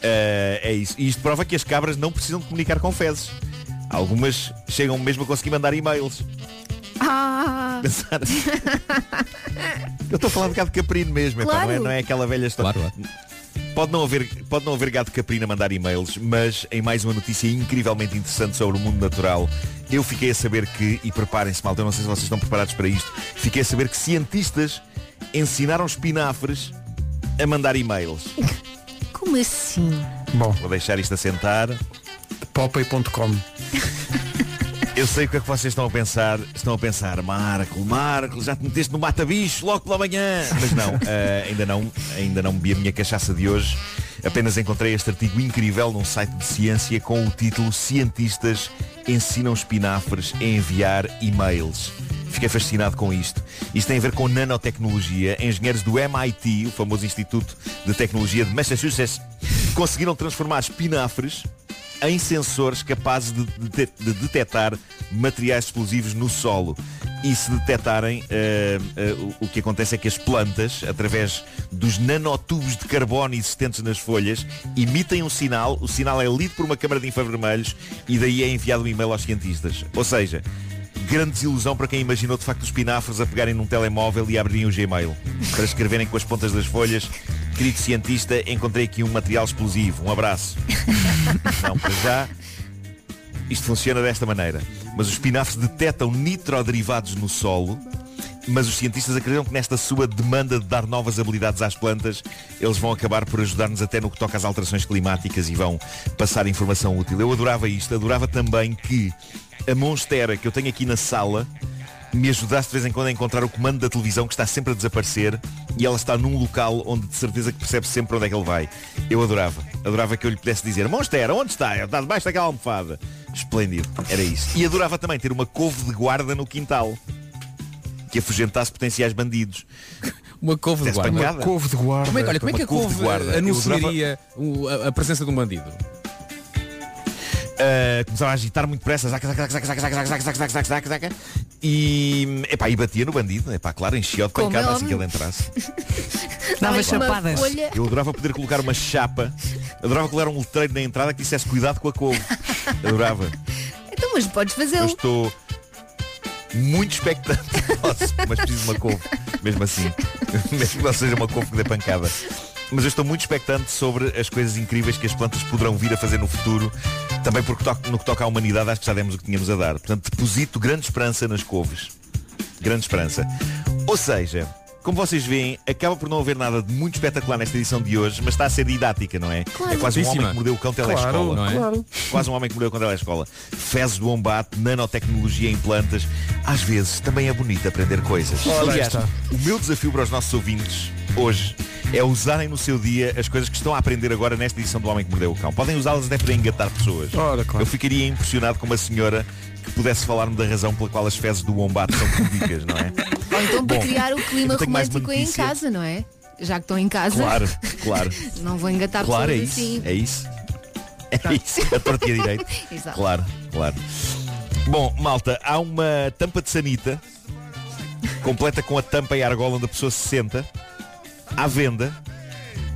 S16: Eh, é isso. E isto prova que as cabras não precisam de comunicar com fezes. Algumas chegam mesmo a conseguir mandar e-mails.
S4: Ah,
S16: Pensar. (laughs) Eu estou a falar um de gado caprino mesmo, então,
S4: Claro.
S16: não, é, não é aquela velha história. Pode não, haver, pode não haver gado caprino a mandar e-mails, mas em mais uma notícia incrivelmente interessante sobre o mundo natural, eu fiquei a saber que, e preparem-se malta, eu não sei se vocês estão preparados para isto, fiquei a saber que cientistas ensinaram espinafres a mandar e-mails.
S4: como assim?
S16: Bom. Vou deixar isto a sentar. Popeye.com Eu sei o que é que vocês estão a pensar. Estão a pensar, Marco, Marco, já te meteste no mata-bicho logo pela manhã. Mas não, eh, ainda não, ainda não bebi a minha cachaça de hoje. Apenas encontrei este artigo incrível num site de ciência com o título Cientistas ensinam espinafres a enviar e-mails. Fiquei fascinado com isto. Isto tem a ver com nanotecnologia. Engenheiros do MIT, o famoso Instituto de Tecnologia de Massachusetts, conseguiram transformar espinafres em sensores capazes de, de- de detectar materiais explosivos no solo. E se detectarem, eh, eh, o, o que acontece é que as plantas, através dos nanotubos de carbono existentes nas folhas, emitem um sinal. O sinal é lido por uma câmara de infravermelhos e daí é enviado um e-mail aos cientistas. Ou seja, Grande desilusão para quem imaginou de facto os pinafres a pegarem num telemóvel e abrirem o Gmail para escreverem com as pontas das folhas. Querido cientista, encontrei aqui um material explosivo. Um abraço. Não, para já. Isto funciona desta maneira. Mas os pinafres detectam nitroderivados no solo, mas os cientistas acreditam que nesta sua demanda de dar novas habilidades às plantas, eles vão acabar por ajudar-nos até no que toca às alterações climáticas e vão passar informação útil. Eu adorava isto, adorava também que a monstera que eu tenho aqui na sala me ajudasse de vez em quando a encontrar o comando da televisão que está sempre a desaparecer e ela está num local onde de certeza que percebe sempre onde é que ele vai. Eu adorava. Adorava que eu lhe pudesse dizer, Monstera, onde está? Está debaixo daquela almofada. Esplêndido. Era isso. E adorava também ter uma couve de guarda no quintal que afugentasse potenciais bandidos.
S9: Uma couve de
S16: Desse
S9: guarda.
S16: pancada. Uma couve de guarda.
S9: Como é, que- olha, como é que a
S16: Uma couve
S9: couve,
S16: de guarda.
S9: eh, anunciaria o- a, a presença de um bandido?
S16: Uh, começava a agitar muito pressa, zaca, zaca, zaca, zaca, zaca, zaca, zaca, zaca, zaca, zaca, zaca, e, epá, e batia no bandido, epá, claro, enchia de
S4: Como é
S16: pancada assim
S4: óbvio.
S16: que ele entrasse.
S3: Dava
S16: Claro.
S3: chapadas.
S16: Eu adorava poder colocar uma chapa, adorava colocar um letreiro na entrada que dissesse cuidado com a couve. Adorava.
S4: Então, mas podes
S16: Eu
S4: fazê-lo.
S16: estou muito expectante, Posso, mas preciso de uma couve, mesmo assim. (laughs) Mesmo que não seja uma couve que dê pancada. Mas eu estou muito expectante sobre as coisas incríveis que as plantas poderão vir a fazer no futuro, também porque to- no que toca à humanidade acho que já demos o que tínhamos a dar. Portanto, deposito grande esperança nas couves. Grande esperança. Ou seja, como vocês veem, acaba por não haver nada de muito espetacular nesta edição de hoje, mas está a ser didática, não é?
S9: Claro.
S16: É quase um homem
S9: Muitíssima.
S16: que mordeu o cão
S9: Claro,
S16: telescola, não é?
S9: claro.
S16: Quase um homem que mordeu o cão telescola. Fezes do bombate, nanotecnologia em plantas. Às vezes também é bonito aprender coisas.
S1: Ora, aí
S16: Aliás,
S1: está.
S16: o meu desafio para os nossos ouvintes hoje é usarem no seu dia as coisas que estão a aprender agora nesta edição do Homem que Mordeu o Cão. Podem usá-las até para engatar pessoas.
S1: Ora, claro.
S16: Eu ficaria impressionado com uma senhora que pudesse falar-me da razão pela qual as fezes do wombat são públicas, não é?
S4: Ou então para
S16: Bom,
S4: criar o clima
S16: eu tenho mais uma
S4: romântico em
S16: notícia.
S4: casa, não é? Já que estão em casa.
S16: Claro,
S4: (laughs)
S16: claro.
S4: Não vou engatar
S16: Claro, é
S4: pessoas
S16: isso.
S4: assim.
S16: É isso. É isso. A torta e a direita.
S4: Exato.
S16: Claro, claro. Bom, malta, há uma tampa de sanita completa com a tampa e a argola onde a pessoa se senta à venda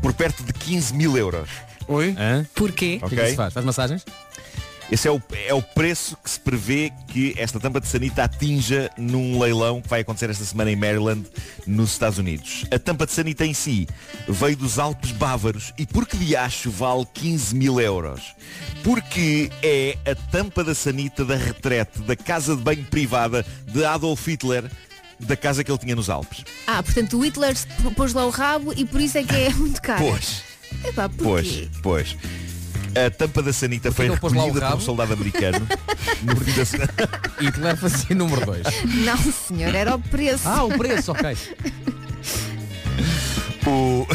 S16: por perto de 15 mil euros.
S1: Oi?
S3: Porquê?
S9: O que é que se faz? Faz massagens?
S16: Esse é o, é o preço que se prevê que esta tampa de sanita atinja num leilão que vai acontecer esta semana em Maryland, nos Estados Unidos. A tampa de sanita em si veio dos Alpes Bávaros e por que de acho vale 15 mil euros? Porque é a tampa da sanita da retrete da casa de banho privada de Adolf Hitler, da casa que ele tinha nos Alpes.
S4: Ah, portanto o Hitler se p- pôs lá o rabo e por isso é que é (laughs) muito
S9: Ah,
S4: caro.
S16: Pois.
S4: Epá, porquê?
S16: Pois, pois. A tampa da sanita foi
S9: que ele pôs lá o
S16: recolhida por um
S9: rabo?
S16: soldado
S9: (laughs)
S16: americano.
S9: Hitler fazia número 2.
S4: Não, senhor, era o preço.
S9: Ah, o preço, ok.
S16: O,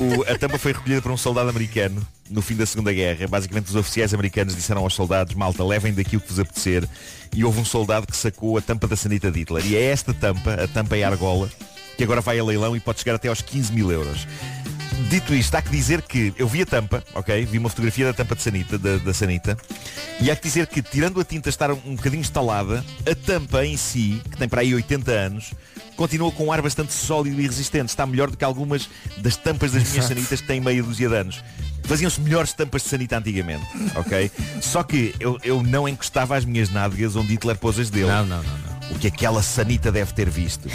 S16: (laughs) o- a tampa foi recolhida por um soldado americano no fim da Segunda Guerra. Basicamente, os oficiais americanos disseram aos soldados, malta, levem daqui o que vos apetecer. E houve um soldado que sacou a tampa da sanita de Hitler. E é esta tampa, a tampa e a argola, que agora vai a leilão e pode chegar até aos 15 mil euros. Dito isto, há que dizer que eu vi a tampa, ok? Vi uma fotografia da tampa de sanita, da, da sanita, e há que dizer que, tirando a tinta estar um, um bocadinho estalada, a tampa em si, que tem para aí 80 anos, continua com um ar bastante sólido e resistente. Está melhor do que algumas das tampas das minhas
S9: Exato.
S16: sanitas que têm meia dúzia de anos. Faziam-se melhores tampas de sanita antigamente, ok? Só que eu, eu não encostava as minhas nádegas onde Hitler pôs as dele.
S9: não, não. não.
S16: O que aquela sanita deve ter visto.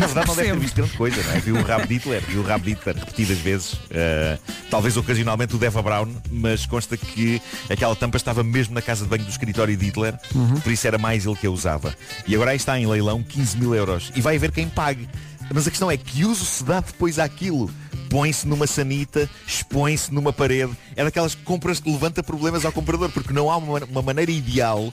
S16: Na verdade não deve ter visto grande coisa, não é? Viu o rabo de Hitler, viu o rabo de Hitler repetidas vezes, eh, talvez ocasionalmente o Deva Brown, mas consta que aquela tampa estava mesmo na casa de banho do escritório de Hitler,
S9: Uhum.
S16: por isso era mais ele que a usava. E agora aí está em leilão 15 mil euros. E vai haver quem pague. Mas a questão é que uso se dá depois àquilo. Põe-se numa sanita, expõe-se numa parede. É daquelas compras que levanta problemas ao comprador, porque não há uma, uma maneira ideal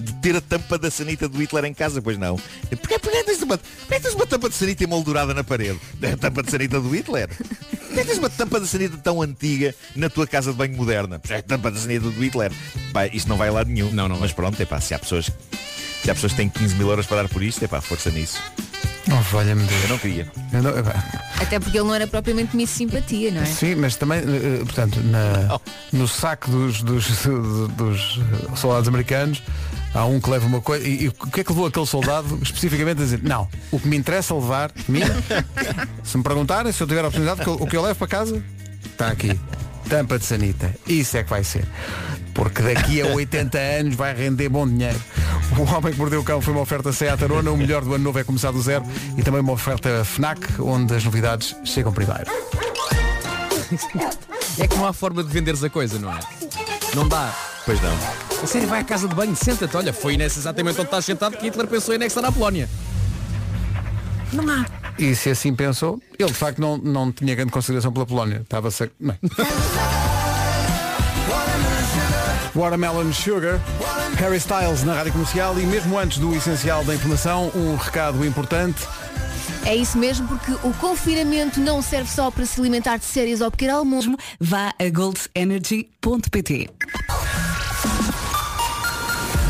S16: de ter a tampa da sanita do Hitler em casa, pois não. Porquê, porquê, é, tens, uma, porquê tens uma tampa de sanita emoldurada na parede? É a tampa de sanita do Hitler. Porquê tens uma tampa de sanita tão antiga na tua casa de banho moderna? Pois É a tampa de sanita do Hitler. Pá, isto não vai a lado nenhum. Não, não. Mas pronto, epá, se há pessoas se há pessoas que têm 15 mil euros para dar por isto, é pá, força nisso.
S1: Oh, valha-me Deus.
S16: Eu não queria.
S1: Eu não- epá.
S4: Até porque ele não era propriamente Miss Simpatia, não é?
S1: Sim, mas também, eh, eh, portanto, na- no saco dos, dos, dos soldados americanos, há um que leva uma coisa. E, e o que é que levou aquele soldado (laughs) especificamente a dizer? Não, o que me interessa é levar, a
S4: (laughs)
S1: mim, se me perguntarem, se eu tiver a oportunidade, o que eu- o que eu levo para casa, está aqui. Tampa de sanita. Isso é que vai ser. Porque daqui a
S4: (laughs)
S1: 80 anos vai render bom dinheiro. O Homem que Mordeu o Cão foi uma oferta Seat Arona, o melhor do ano novo é começar do zero e também uma oferta FNAC, onde as novidades chegam primeiro.
S9: É que não há forma de venderes a coisa, não é? Não dá.
S16: Pois não.
S9: A sério, vai à casa de banho, senta-te. Olha, foi nessa exatamente onde estás sentado que Hitler pensou em anexar à Polónia. Não há.
S1: E se assim pensou, ele de facto não, não tinha grande consideração pela Polónia. Estava se... bem. Watermelon Sugar, Harry Styles na Rádio Comercial e mesmo antes do essencial da informação, um recado importante.
S4: É isso mesmo, porque o confinamento não serve só para se alimentar de séries ou pequeno almoço.
S3: Vá a goldenergy.pt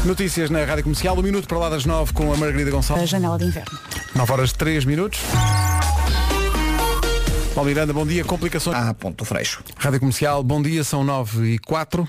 S1: Notícias na Rádio Comercial, um minuto para lá das nove com a Margarida Gonçalves.
S12: A janela de inverno.
S1: 9 horas 3 minutos. Paulo Miranda, bom dia. Complicações.
S10: Ah, ponto freixo.
S1: Rádio Comercial, bom dia, são 9 e 4.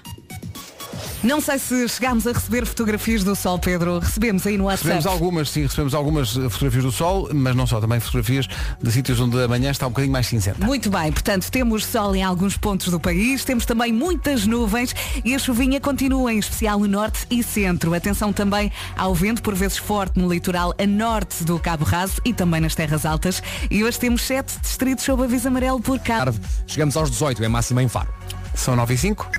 S3: Não sei se chegámos a receber fotografias do sol, Pedro. Recebemos aí no WhatsApp.
S1: Recebemos algumas, sim, recebemos algumas eh, fotografias do sol, mas não só, também fotografias de sítios onde a manhã está um bocadinho mais cinzenta.
S3: Muito bem, portanto, temos sol em alguns pontos do país, temos também muitas nuvens e a chuvinha continua, em especial no norte e centro. Atenção também ao vento, por vezes forte, no litoral a norte do Cabo Raso e também nas terras altas. E hoje temos sete distritos sob aviso amarelo por cá.
S9: Chegamos aos 18, é máxima em Faro.
S1: São 9 e 5.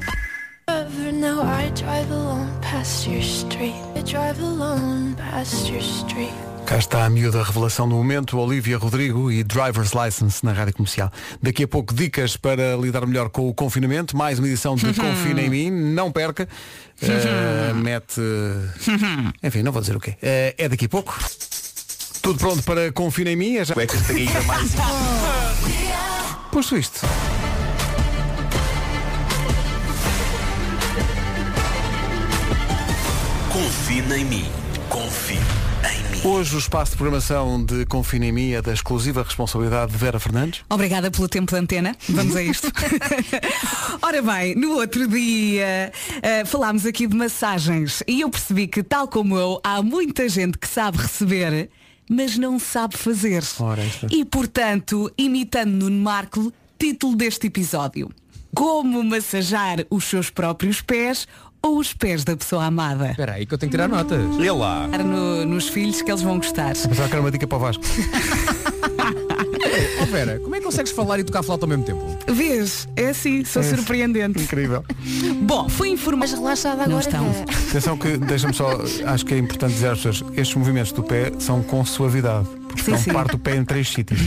S2: Forever now I drive alone past your street. I drive alone past your street.
S1: Cá está a miúda revelação do momento, Olivia Rodrigo e Driver's License na Rádio Comercial. Daqui a pouco dicas para lidar melhor com o confinamento, mais uma edição de Confina em Mim, não perca. Eh, mete. Enfim, não vou dizer o quê. Eh, é daqui a pouco. Tudo pronto para Confina em mim? É já... Posto isto.
S5: Confina em mim. Confia.
S1: Hoje o espaço de programação de Confina em mim é da exclusiva responsabilidade de Vera Fernandes.
S3: Obrigada pelo tempo de antena. Vamos
S1: (laughs)
S3: a isto. Ora bem, no outro dia eh, falámos aqui de massagens e eu percebi que, tal como eu, há muita gente que sabe receber, mas não sabe fazer.
S1: Ora, isto é.
S3: E, portanto, imitando Nuno Marco, título deste episódio. Como massajar os seus próprios pés ou os pés da pessoa amada?
S1: É.
S9: Espera aí que eu tenho que tirar notas.
S16: Lê lá.
S3: No- nos filhos que eles vão gostar.
S1: Pensava que era uma dica para o Vasco.
S9: Ó Vera, como é que consegues falar e tocar flauta ao mesmo tempo?
S3: Vês? É assim, sou
S9: É.
S3: surpreendente.
S1: Incrível.
S3: Bom, foi informado. Mas relaxada agora. Não estão.
S4: é.
S1: Atenção que, deixa-me só, acho que é importante dizer às pessoas, estes movimentos do pé são com suavidade. Porque
S3: Sim,
S1: não
S3: sim.
S1: parte o pé em três sítios.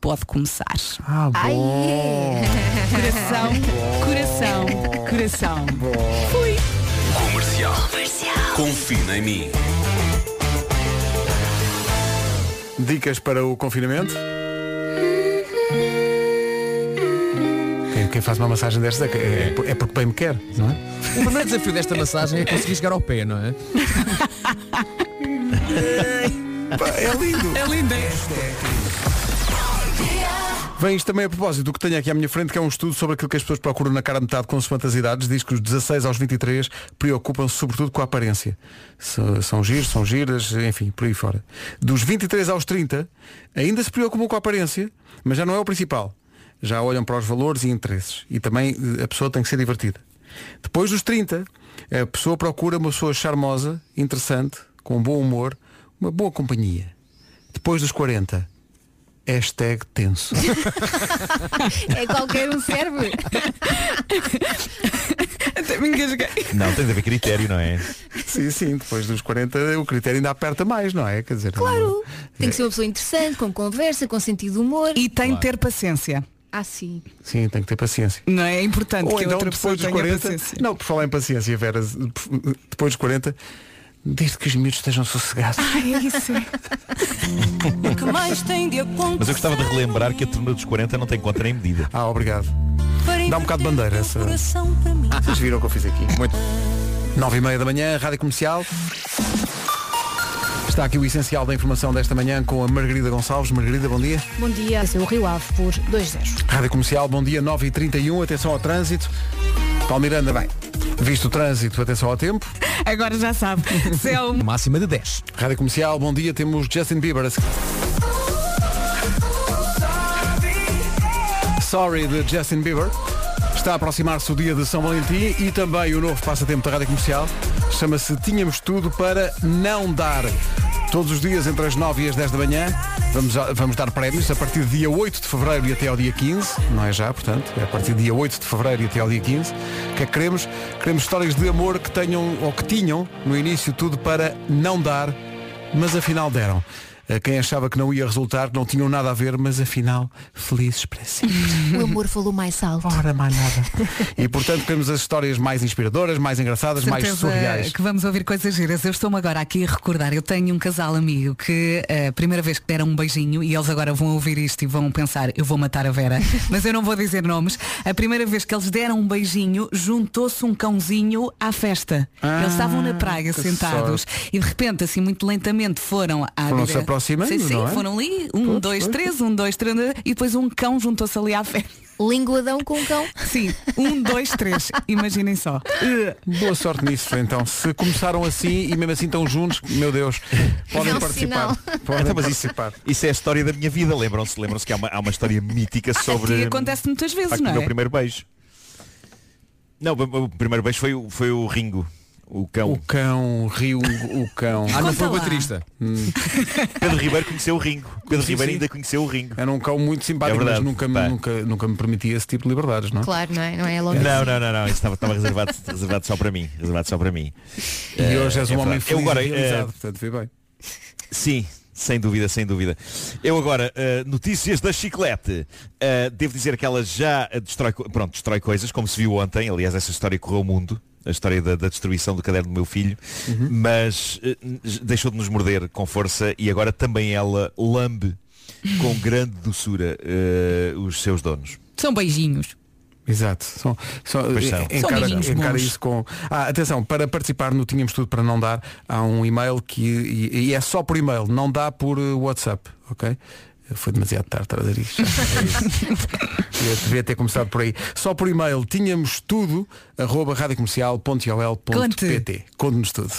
S3: Pode começar.
S1: Ah,
S3: Ai,
S1: bom.
S3: Coração, coração, coração. Fui.
S5: Comercial. Confina em mim.
S1: Dicas para o confinamento? Quem, quem faz uma massagem destas é, que- é por- é porque bem me quer, não é?
S9: O primeiro desafio desta massagem é conseguir chegar ao pé, não é?
S1: é lindo.
S3: É lindo, é?
S1: Vem isto também a propósito do que tenho aqui à minha frente, que é um estudo sobre aquilo que as pessoas procuram na cara de metade consoante as idades. Diz que os 16 aos 23 preocupam-se sobretudo com a aparência. Se- São giros, são giras, enfim, por aí fora. Dos 23 aos 30, ainda se preocupam com a aparência, mas já não é o principal. Já olham para os valores e interesses. E também eh, a pessoa tem que ser divertida. Depois dos 30, a pessoa procura uma pessoa charmosa, interessante, com bom humor, uma boa companhia. Depois dos 40, hashtag tenso.
S4: É qualquer um serve.
S3: Até me engasguei.
S16: Não, tem de haver critério, não é?
S1: Sim, sim, depois dos 40 o critério ainda aperta mais, não é? Quer dizer,
S4: Claro. Tem que ser uma pessoa interessante, com conversa, com sentido de humor.
S3: E tem de ter paciência.
S4: Ah, sim.
S1: sim, tem que ter paciência.
S3: Não é importante
S1: Ou
S3: que a
S1: então
S3: outra pessoa
S1: depois dos
S3: tenha
S1: 40,
S3: paciência.
S1: não, por falar em paciência, Vera, depois dos 40, desde que os miúdos estejam sossegados.
S3: Ai, é isso.
S7: O que mais tem de acontecer?
S16: Mas eu gostava de relembrar que a turma dos 40 não tem conta nem medida.
S1: Ah, obrigado. Dá um bocado de bandeira essa.
S7: Coração para mim.
S1: Vocês viram o que eu fiz aqui? Muito. 9 e meia da manhã, Rádio Comercial. Está aqui o essencial da informação desta manhã com a Margarida Gonçalves. Margarida, bom dia.
S12: Bom dia,
S4: é
S12: venceu o Rio Ave por 2-0.
S1: Rádio Comercial, bom dia, 9h31, atenção ao trânsito. Paulo Miranda, bem, visto o trânsito, atenção ao tempo.
S3: Agora
S1: (laughs)
S3: já sabe. Céu.
S1: Máxima de 10. Rádio Comercial, bom dia, temos Justin Bieber. a se- Sorry de Justin Bieber. Está a aproximar-se o dia de São Valentim e também o novo passatempo da Rádio Comercial. Chama-se Tínhamos Tudo para Não Dar. Todos os dias entre as 9 e as 10 da manhã vamos, a- vamos dar prémios a partir do dia 8 de Fevereiro e até ao dia 15. Não é já, portanto, é a partir do dia 8 de Fevereiro e até ao dia 15. O que é que queremos? Queremos histórias de amor que tenham ou que tinham no início tudo para não dar, mas afinal deram. A Quem achava que não ia resultar, que não tinham nada a ver, mas afinal, felizes para sempre.
S4: (laughs) O amor falou mais alto.
S1: Ora, mais nada. E portanto queremos as histórias mais inspiradoras, mais engraçadas, mais
S3: Certeza
S1: surreais.
S3: que vamos ouvir coisas giras. Eu estou-me agora aqui a recordar. Eu tenho um casal amigo que eh, a primeira vez que deram um beijinho e eles agora vão ouvir isto e vão pensar, eu vou matar
S1: (laughs)
S3: a Vera. Mas eu não vou dizer nomes. A primeira vez que eles deram um beijinho, juntou-se um cãozinho à festa.
S1: Ah,
S3: eles estavam na praia
S1: que
S3: sentados e de repente, assim, muito lentamente foram à
S1: Foram-se
S3: dire-
S1: aproximando,
S3: Sim, sim,
S1: não é?
S3: foram ali, um,
S1: Pois,
S3: dois,
S1: pois.
S3: três, um, dois, três, e depois um cão juntou-se ali à festa.
S4: Oh. Linguadão com cão.
S3: (laughs) Sim, um, dois, três. Imaginem só.
S1: Eh, Boa sorte nisso, então. Se começaram assim e mesmo assim estão juntos, meu Deus, podem
S16: É um
S1: participar.
S16: sinal.
S1: Podem
S16: Então, mas isso,
S1: participar.
S16: isso é a história da minha vida, lembram-se, lembram-se que há uma, há uma história mítica sobre.
S3: E acontece muitas
S16: de
S3: vezes,
S16: facto,
S3: não
S16: o meu
S3: é?
S16: primeiro beijo. Não, o o primeiro beijo foi, o- foi o Ringo, o cão.
S1: O cão, o rio, o cão.
S16: Ah, não foi o Conta lá. baterista. Hum. Pedro Ribeiro conheceu o Ringo. Pedro
S1: Sim,
S16: Ribeiro
S1: sim.
S16: ainda conheceu o Ringo.
S1: Era um cão muito simpático, mas
S16: É verdade,
S1: nunca, me- nunca, nunca me permitia esse tipo de liberdades, não é?
S4: Claro, não é? Não é logo
S16: Não, não, não, não, isso estava, estava reservado, reservado só para mim. Reservado só para mim.
S1: E
S16: Eh,
S1: hoje és um
S16: é
S1: homem
S16: verdade.
S1: feliz
S16: Eu agora,
S1: e
S16: eh,
S1: realizado, portanto, vê bem.
S16: Sim, sem dúvida, sem dúvida. Eu agora, eh, notícias da chiclete. Eh, devo dizer que ela já eh, destrói, co- pronto, destrói coisas, como se viu ontem. Aliás, essa história correu o mundo. a história da, da destruição do caderno do meu filho, mas eh, deixou de nos morder com força e agora também ela lambe com grande doçura eh, os seus donos.
S17: São beijinhos.
S1: Exato. São, são,
S16: Pois são.
S1: en-
S16: São
S1: Encara,
S16: meninos
S1: encara
S16: bons.
S1: isso com. Ah, atenção, para participar no Tínhamos Tudo para Não Dar, há um e-mail que. E, e é só por e-mail, não dá por eh, WhatsApp, ok? Foi demasiado tarde trazer isto. Eu devia ter começado por aí. Só por e-mail, tínhamos tudo, arroba radiocomercial.ol.pt. Conte-nos tudo.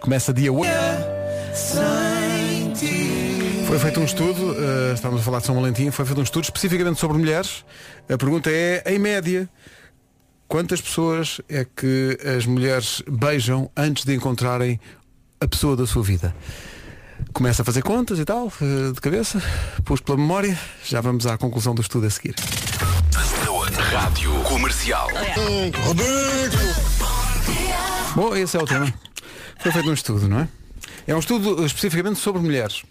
S1: Começa dia 8. Foi feito um estudo, eh, estamos a falar de São Valentim, foi feito um estudo especificamente sobre mulheres. A pergunta é, em média, quantas pessoas é que as mulheres beijam antes de encontrarem a pessoa da sua vida? Começa a fazer contas e tal, eh, de cabeça, pus pela memória, já vamos à conclusão do estudo a seguir.
S18: Rádio Comercial.
S1: Bom, esse é o tema. Foi feito um estudo, não é? É um estudo eh, especificamente sobre mulheres,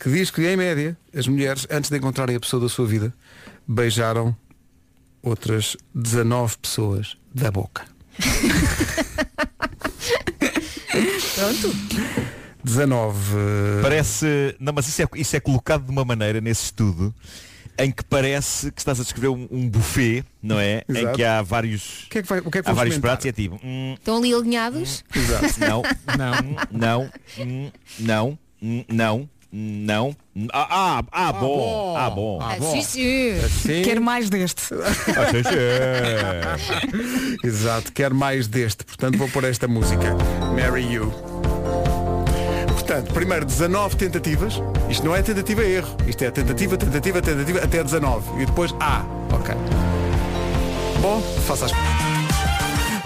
S1: que diz que, em média, as mulheres, antes de encontrarem a pessoa da sua vida, beijaram outras 19 pessoas da boca.
S16: Pronto.
S1: 19.
S16: Parece. Não, mas isso é, isso é colocado de uma maneira nesse estudo em que parece que estás a descrever um, um buffet, não é? Em
S1: Exato.
S16: que há vários.
S1: O que é que vai- o que é que
S16: há
S1: vão
S16: vários
S1: experimentar?
S16: pratos e é tipo. hum,
S4: Estão ali alinhados?
S16: Exato. Não, não, não, não, não, não, não. Ah, ah, ah, bom, ah, bom.
S3: Ah, sim, sim.
S16: é assim.
S3: Quero mais deste.
S1: Exato, quero mais deste, portanto vou pôr esta música. Marry You. Portanto, primeiro 19 tentativas. Isto não é tentativa é erro. Isto é tentativa, tentativa, tentativa, até 19. E depois A. Ok. Bom, faça as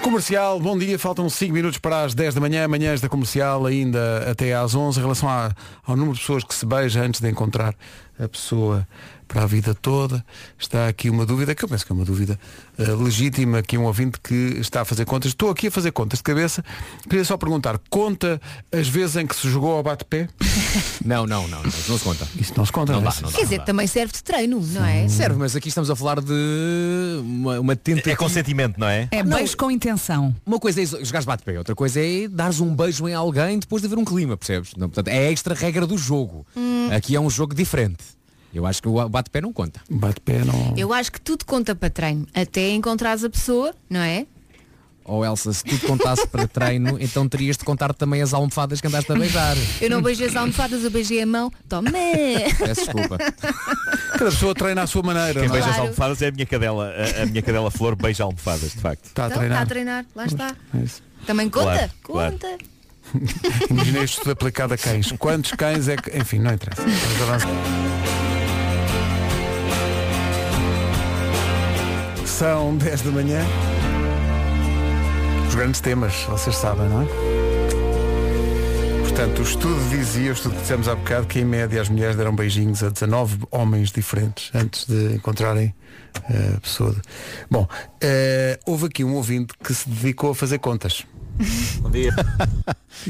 S1: Comercial, bom dia, faltam 5 minutos para as 10 da manhã, manhãs da comercial ainda até às 11, em relação à- ao número de pessoas que se beija antes de encontrar a pessoa para a vida toda. Está aqui uma dúvida, que eu penso que é uma dúvida eh, legítima, aqui um ouvinte que está a fazer contas. Estou aqui a fazer contas de cabeça, queria só perguntar, conta as vezes em que se jogou ao bate-pé?
S9: Não, não, não, não, isso não se conta.
S1: Isso não se conta,
S9: não,
S1: não é?
S9: dá, não dá.
S4: Quer dizer, também serve de treino, não é?
S9: Serve, mas aqui estamos a falar de uma, uma tentativa. É
S16: consentimento, não é?
S3: É beijo com intenção.
S9: Uma coisa é isso, jogares bate-pé, outra coisa é dares um beijo em alguém depois de haver um clima, percebes? Não, portanto, é a extra regra do jogo.
S4: Hum.
S9: Aqui é um jogo diferente. Eu acho que o bate-pé não conta.
S1: Bate-pé não.
S4: Eu acho que tudo conta para treino. Até encontrares a pessoa, não é?
S9: Ou Oh, Elsa, se tu te contasse para treino, então terias de contar também as almofadas que andaste a beijar.
S4: Eu não beijei as almofadas, eu beijei a mão. Toma!
S9: Peço desculpa.
S1: Cada pessoa treina à sua maneira.
S16: Quem
S4: não é?
S16: beija as
S4: Claro.
S16: almofadas é a minha cadela. A, a minha cadela flor beija almofadas, de facto.
S1: Está
S4: Então, está a treinar, lá está. Também conta?
S1: Claro, claro.
S4: conta.
S1: Imaginei isto tudo aplicado a cães. Quantos cães é que. Enfim, não
S4: (laughs)
S1: interessa. Vamos avançar. São 10 da manhã. Os grandes temas, vocês sabem, não é? Portanto, o estudo dizia, o estudo que dissemos há bocado, que em média as mulheres deram beijinhos a 19 homens diferentes antes de encontrarem eh, a pessoa. Bom, eh, houve aqui um ouvinte que se dedicou a fazer contas.
S16: Bom dia.
S1: (laughs)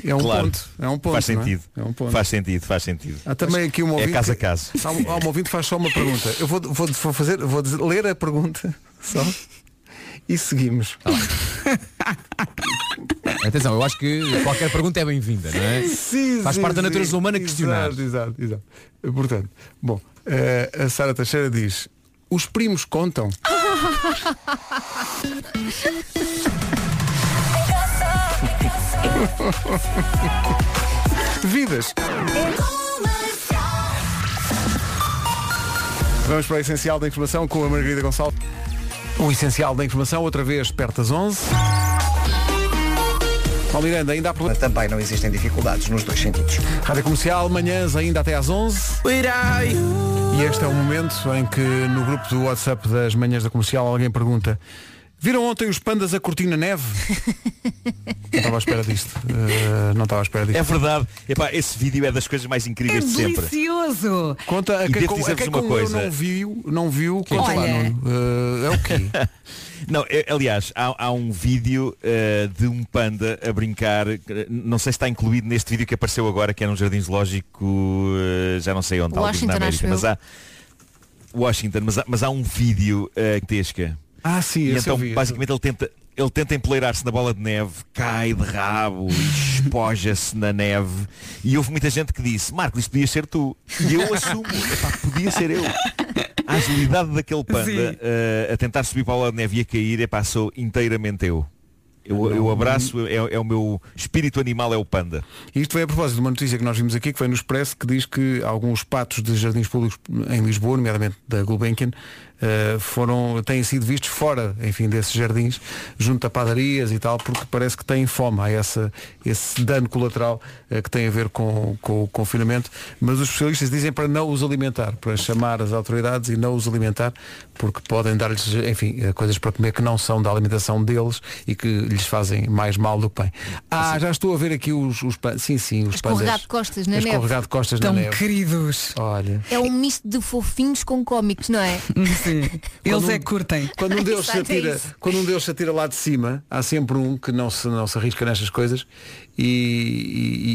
S1: É um ponto, é um ponto,
S16: Faz
S1: não é?
S16: sentido.
S1: É um ponto.
S16: Faz sentido, faz sentido.
S1: Há também aqui um
S16: É
S1: ouvinte.
S16: caso a
S1: que-
S16: caso.
S1: Há um, há um ouvinte que faz só uma pergunta. Eu vou, vou, vou fazer, vou dizer- ler a pergunta só e seguimos.
S9: Tá Atenção, eu acho que qualquer pergunta é bem-vinda, não
S1: (laughs)
S9: é?
S1: Sim,
S9: Faz
S1: sim,
S9: parte da
S1: sim.
S9: natureza humana
S1: Exato,
S9: questionar.
S1: Exato, exato. Portanto, bom, eh, a Sara Teixeira diz, os primos contam. Vidas. Vamos para o essencial da informação com a Margarida Gonçalves. O essencial da informação, outra vez perto das 11. Paulo Miranda, ainda há problema.
S10: Também não existem dificuldades nos dois sentidos.
S1: Rádio Comercial, manhãs ainda até às 11. E este é o momento em que no grupo do WhatsApp das manhãs da comercial alguém pergunta Viram ontem os pandas a curtir na neve? não estava à espera disto. Eh, não estava à espera disto.
S16: É verdade. Epá, esse vídeo é das coisas mais incríveis de sempre.
S3: Delicioso.
S1: Conta a
S16: E
S1: quem,
S16: devo
S1: com- a
S16: dizer-vos
S1: quem
S16: uma
S1: como
S16: coisa.
S1: eu não viu, não viu, conta lá,
S16: Olha.
S1: Nuno. Eh, é o quê?
S16: Não, é- aliás, há, há um vídeo eh, de um panda a brincar, que, não sei se está incluído neste vídeo que apareceu agora, que é num jardim zoológico, eh, já não sei onde, talvez na
S1: Washington,
S16: América,
S1: acho
S16: mas
S1: eu.
S16: há Washington, mas há, mas há um vídeo eh, que tesca.
S1: Ah, sim,
S16: e
S1: esse eu
S16: então
S1: vi, esse
S16: basicamente ele tenta ele tenta empoleirar-se na bola de neve, cai de rabo (laughs) e espoja-se na neve. E houve muita gente que disse, Marco, isto podia ser tu. E eu assumo, epá, podia ser eu. A agilidade daquele panda
S17: Sim.
S16: eh, a tentar subir para a bola de neve e a cair, epá, sou inteiramente eu. Eu, eu abraço, é, é o meu espírito animal, é o panda.
S1: Isto vem a propósito de uma notícia que nós vimos aqui, que foi no Expresso, que diz que alguns patos de jardins públicos em Lisboa, nomeadamente da Gulbenkian, eh, foram, têm sido vistos fora, enfim, desses jardins, junto a padarias e tal, porque parece que têm fome. Há essa, esse dano colateral eh, que tem a ver com, com o confinamento. Mas os especialistas dizem para não os alimentar, para chamar as autoridades e não os alimentar, porque podem dar-lhes, enfim, eh, coisas para comer que não são da alimentação deles e que lhes fazem mais mal do que bem. Ah, já estou a ver aqui os, os pan- Sim, sim, os pandas.
S4: Escorregado de costas na neve.
S1: Escorregado de costas na neve.
S3: queridos.
S1: Olha.
S4: É um misto de fofinhos com cómicos, não é?
S3: Sim. Eles
S1: Quando um-
S3: é que curtem.
S1: Quando um deles se
S4: Exato, é
S1: atira,
S4: isso.
S1: quando um deles se atira lá de cima, há sempre um que não se, não se arrisca nestas coisas e,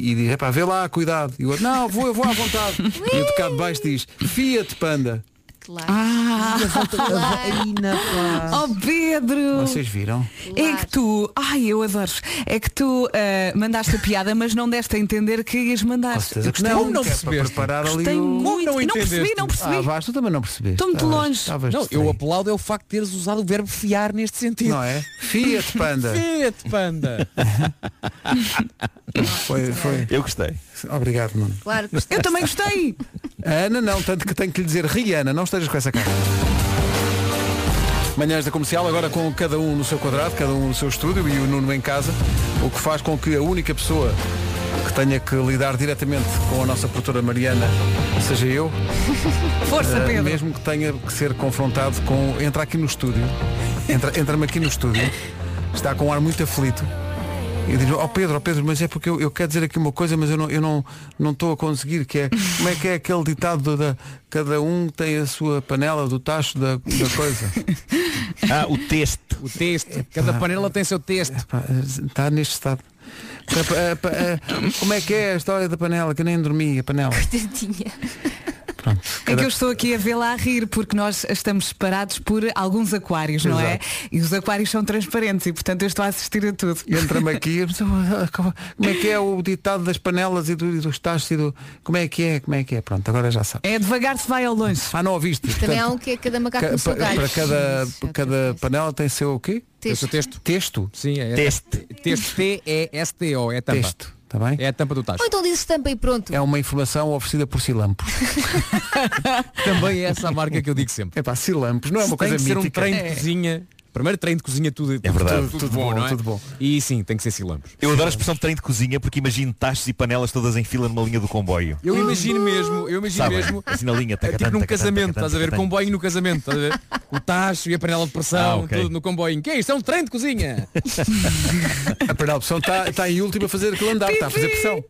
S1: e, e diz, epá, vê lá, cuidado. E o outro, não, vou, eu vou à vontade. e o de cá de baixo diz, fia-te panda.
S4: Claro.
S3: Ah,
S1: pá.
S3: Oh Pedro!
S1: Vocês viram?
S3: É que tu, ai eu adoro, é que tu ah, mandaste a piada, mas não deste a entender que ias mandar.
S1: Com certeza que
S3: não,
S1: estão,
S3: não
S1: que é para
S3: percebeste.
S1: preparar ali um-
S3: Gostei
S1: o-
S3: muito. Não, percebi, não percebi.
S1: Ah, Vasco, tu também não percebeste.
S3: Estou muito
S1: Estavas-
S3: longe.
S1: estavas
S9: Não,
S1: distraído.
S9: eu aplaudo é o facto de teres usado o verbo fiar neste sentido.
S1: Não é? Fiat Panda.
S9: Fiat Panda.
S1: Foi, foi.
S16: Eu gostei.
S1: Obrigado, Nuno.
S4: Claro.
S3: Eu também gostei.
S1: A Ana não, tanto que tenho que lhe dizer, Rihanna, não estejas com essa cara. Manhãs da comercial, agora com cada um no seu quadrado, cada um no seu estúdio e o Nuno em casa, o que faz com que a única pessoa que tenha que lidar diretamente com a nossa produtora Mariana seja eu.
S3: Força,
S1: Eh,
S3: Pedro.
S1: Mesmo que tenha que ser confrontado com. Entra aqui no estúdio. Entra- Entra-me aqui no estúdio. Está com um ar muito aflito. E diz, ó Pedro, ó Pedro, mas é porque eu, eu quero dizer aqui uma coisa, mas eu não estou eu não, não estou a conseguir, que é como é que é aquele ditado da cada um tem a sua panela do tacho da, da coisa.
S16: Ah, o texto.
S9: O texto. Cada panela tem seu texto.
S1: Pá, Está neste estado. Pa- pa- pa- eh, Como é que é a história da panela? Que eu nem dormi a panela.
S4: Tadinha.
S3: É que eu estou aqui a vê-la a rir, porque nós estamos separados por alguns aquários, não é? E os aquários são transparentes e portanto eu estou a assistir a tudo.
S1: Entra-me aqui, mas eu- ah, como como é que é o ditado das panelas e, do- e dos tachos e do. Como é que é? Como é que é? Pronto, agora já sabe.
S3: É devagar se vai ao longe.
S1: Ah, não ouviste.
S4: Também há
S1: Portanto,
S4: um que é cada macaco no
S1: ca-
S4: seu
S1: pa-
S4: galho.
S1: para cada, cada panela tem seu o quê?
S4: Texto. Tem seu
S9: texto.
S1: Texto?
S9: Sim, é.
S1: Texto.
S9: Texto T-E-S-T-O. É tampa.
S1: Texto. Está bem?
S9: É a tampa do tacho.
S4: Ou então diz estampa e pronto.
S1: É uma informação oferecida por Silampos.
S9: (laughs) Também é essa a marca que eu digo sempre.
S1: É pá, Silampos, não é uma
S9: tem
S1: coisa
S9: que ser um
S1: mítica.
S9: treino
S1: É.
S9: de cozinha. Primeiro treino de cozinha tudo É
S16: verdade.
S9: Tudo,
S16: Tudo
S9: bom,
S16: bom,
S9: não é?
S16: tudo bom.
S9: E sim, tem que ser silampos.
S16: Eu adoro a expressão de trem de cozinha porque imagino tachos e panelas todas em fila numa linha do comboio.
S9: Eu imagino mesmo, eu imagino
S16: Sabem,
S9: mesmo.
S16: assim na linha,
S9: É
S16: tacatan,
S9: tipo num
S16: tacatan,
S9: casamento,
S16: tacatan,
S9: estás a ver?
S16: tacatan.
S9: Comboio no casamento, estás a ver? O tacho e a panela de pressão,
S16: Ah, ok.
S9: tudo no comboio. Que é isto? É um trem de cozinha!
S1: É. A panela de pressão está está em último a fazer aquilo andar, está a fazer
S9: (laughs)
S1: pressão.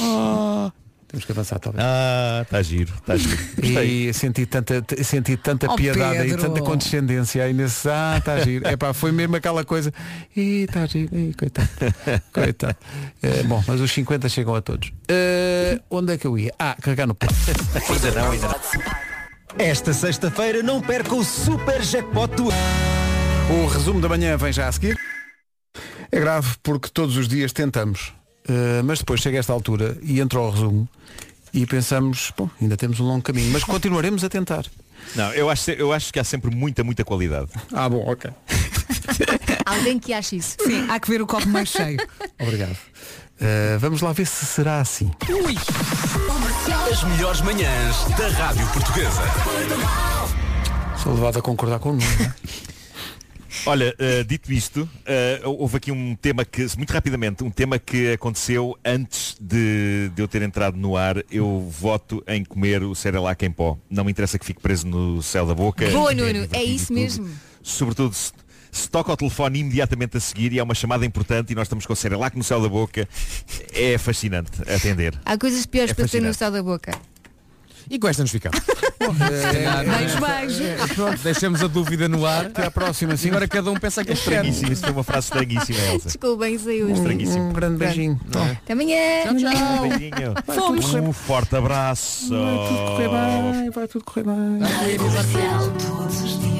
S1: Ah. Temos que avançar talvez.
S16: Ah, está giro, está giro.
S1: E senti tanta, t- senti tanta
S16: Oh,
S1: piedade e
S16: Pedro.
S1: tanta condescendência aí nesse. Ah,
S16: (laughs)
S1: está giro. É pá, foi mesmo aquela coisa. Ih, está giro. Ih, coitado. coitado. Eh, bom, mas os 50 chegam a todos. Eh, onde é que eu ia? Ah, carregar no play.
S16: Ainda não, ainda não.
S1: Esta sexta-feira não perca o super jackpot do O resumo da manhã vem já a seguir. É grave porque todos os dias tentamos, eh, mas depois chega esta altura e entra o resumo e pensamos, bom, ainda temos um longo caminho, mas continuaremos a tentar.
S16: Não, eu acho, eu acho que há sempre muita, muita qualidade.
S1: Ah, bom, ok.
S4: Alguém que acha isso.
S3: Sim, há que ver o copo mais cheio.
S1: (laughs) Obrigado. Eh, vamos lá ver se será assim.
S18: As melhores manhãs da Rádio Portuguesa.
S1: Sou levado a concordar com o Nuno. não é?
S16: Olha, eh, dito isto, eh, houve aqui um tema que, muito rapidamente, um tema que aconteceu antes de, de eu ter entrado no ar. Eu voto em comer o Cerelac em pó. Não me interessa que fique preso no céu da boca.
S4: Boa,
S16: É
S4: Nuno. É
S16: divertido e
S4: isso
S16: tudo.
S4: mesmo.
S16: Sobretudo se, se toca o telefone imediatamente a seguir e é uma chamada importante e nós estamos com o Cerelac no céu da boca. É fascinante atender.
S4: Há coisas piores
S16: É
S4: para ter no
S16: fascinante.
S4: estado da boca.
S9: E com esta nos (laughs) ficamos.
S4: Beijo, beijo.
S9: eh, Pronto, deixamos a dúvida no ar. Até
S1: à próxima, sim.
S9: Agora cada um pensa que
S16: É estranhíssimo, isso foi uma frase estranhíssima, Elsa.
S4: Desculpem, saiu.
S16: Estranhíssimo.
S1: Um grande beijinho.
S4: Até amanhã.
S16: Beijinho.
S4: Fomos.
S16: Um forte abraço.
S1: Vai tudo correr bem, vai tudo correr bem.
S7: Todos os dias.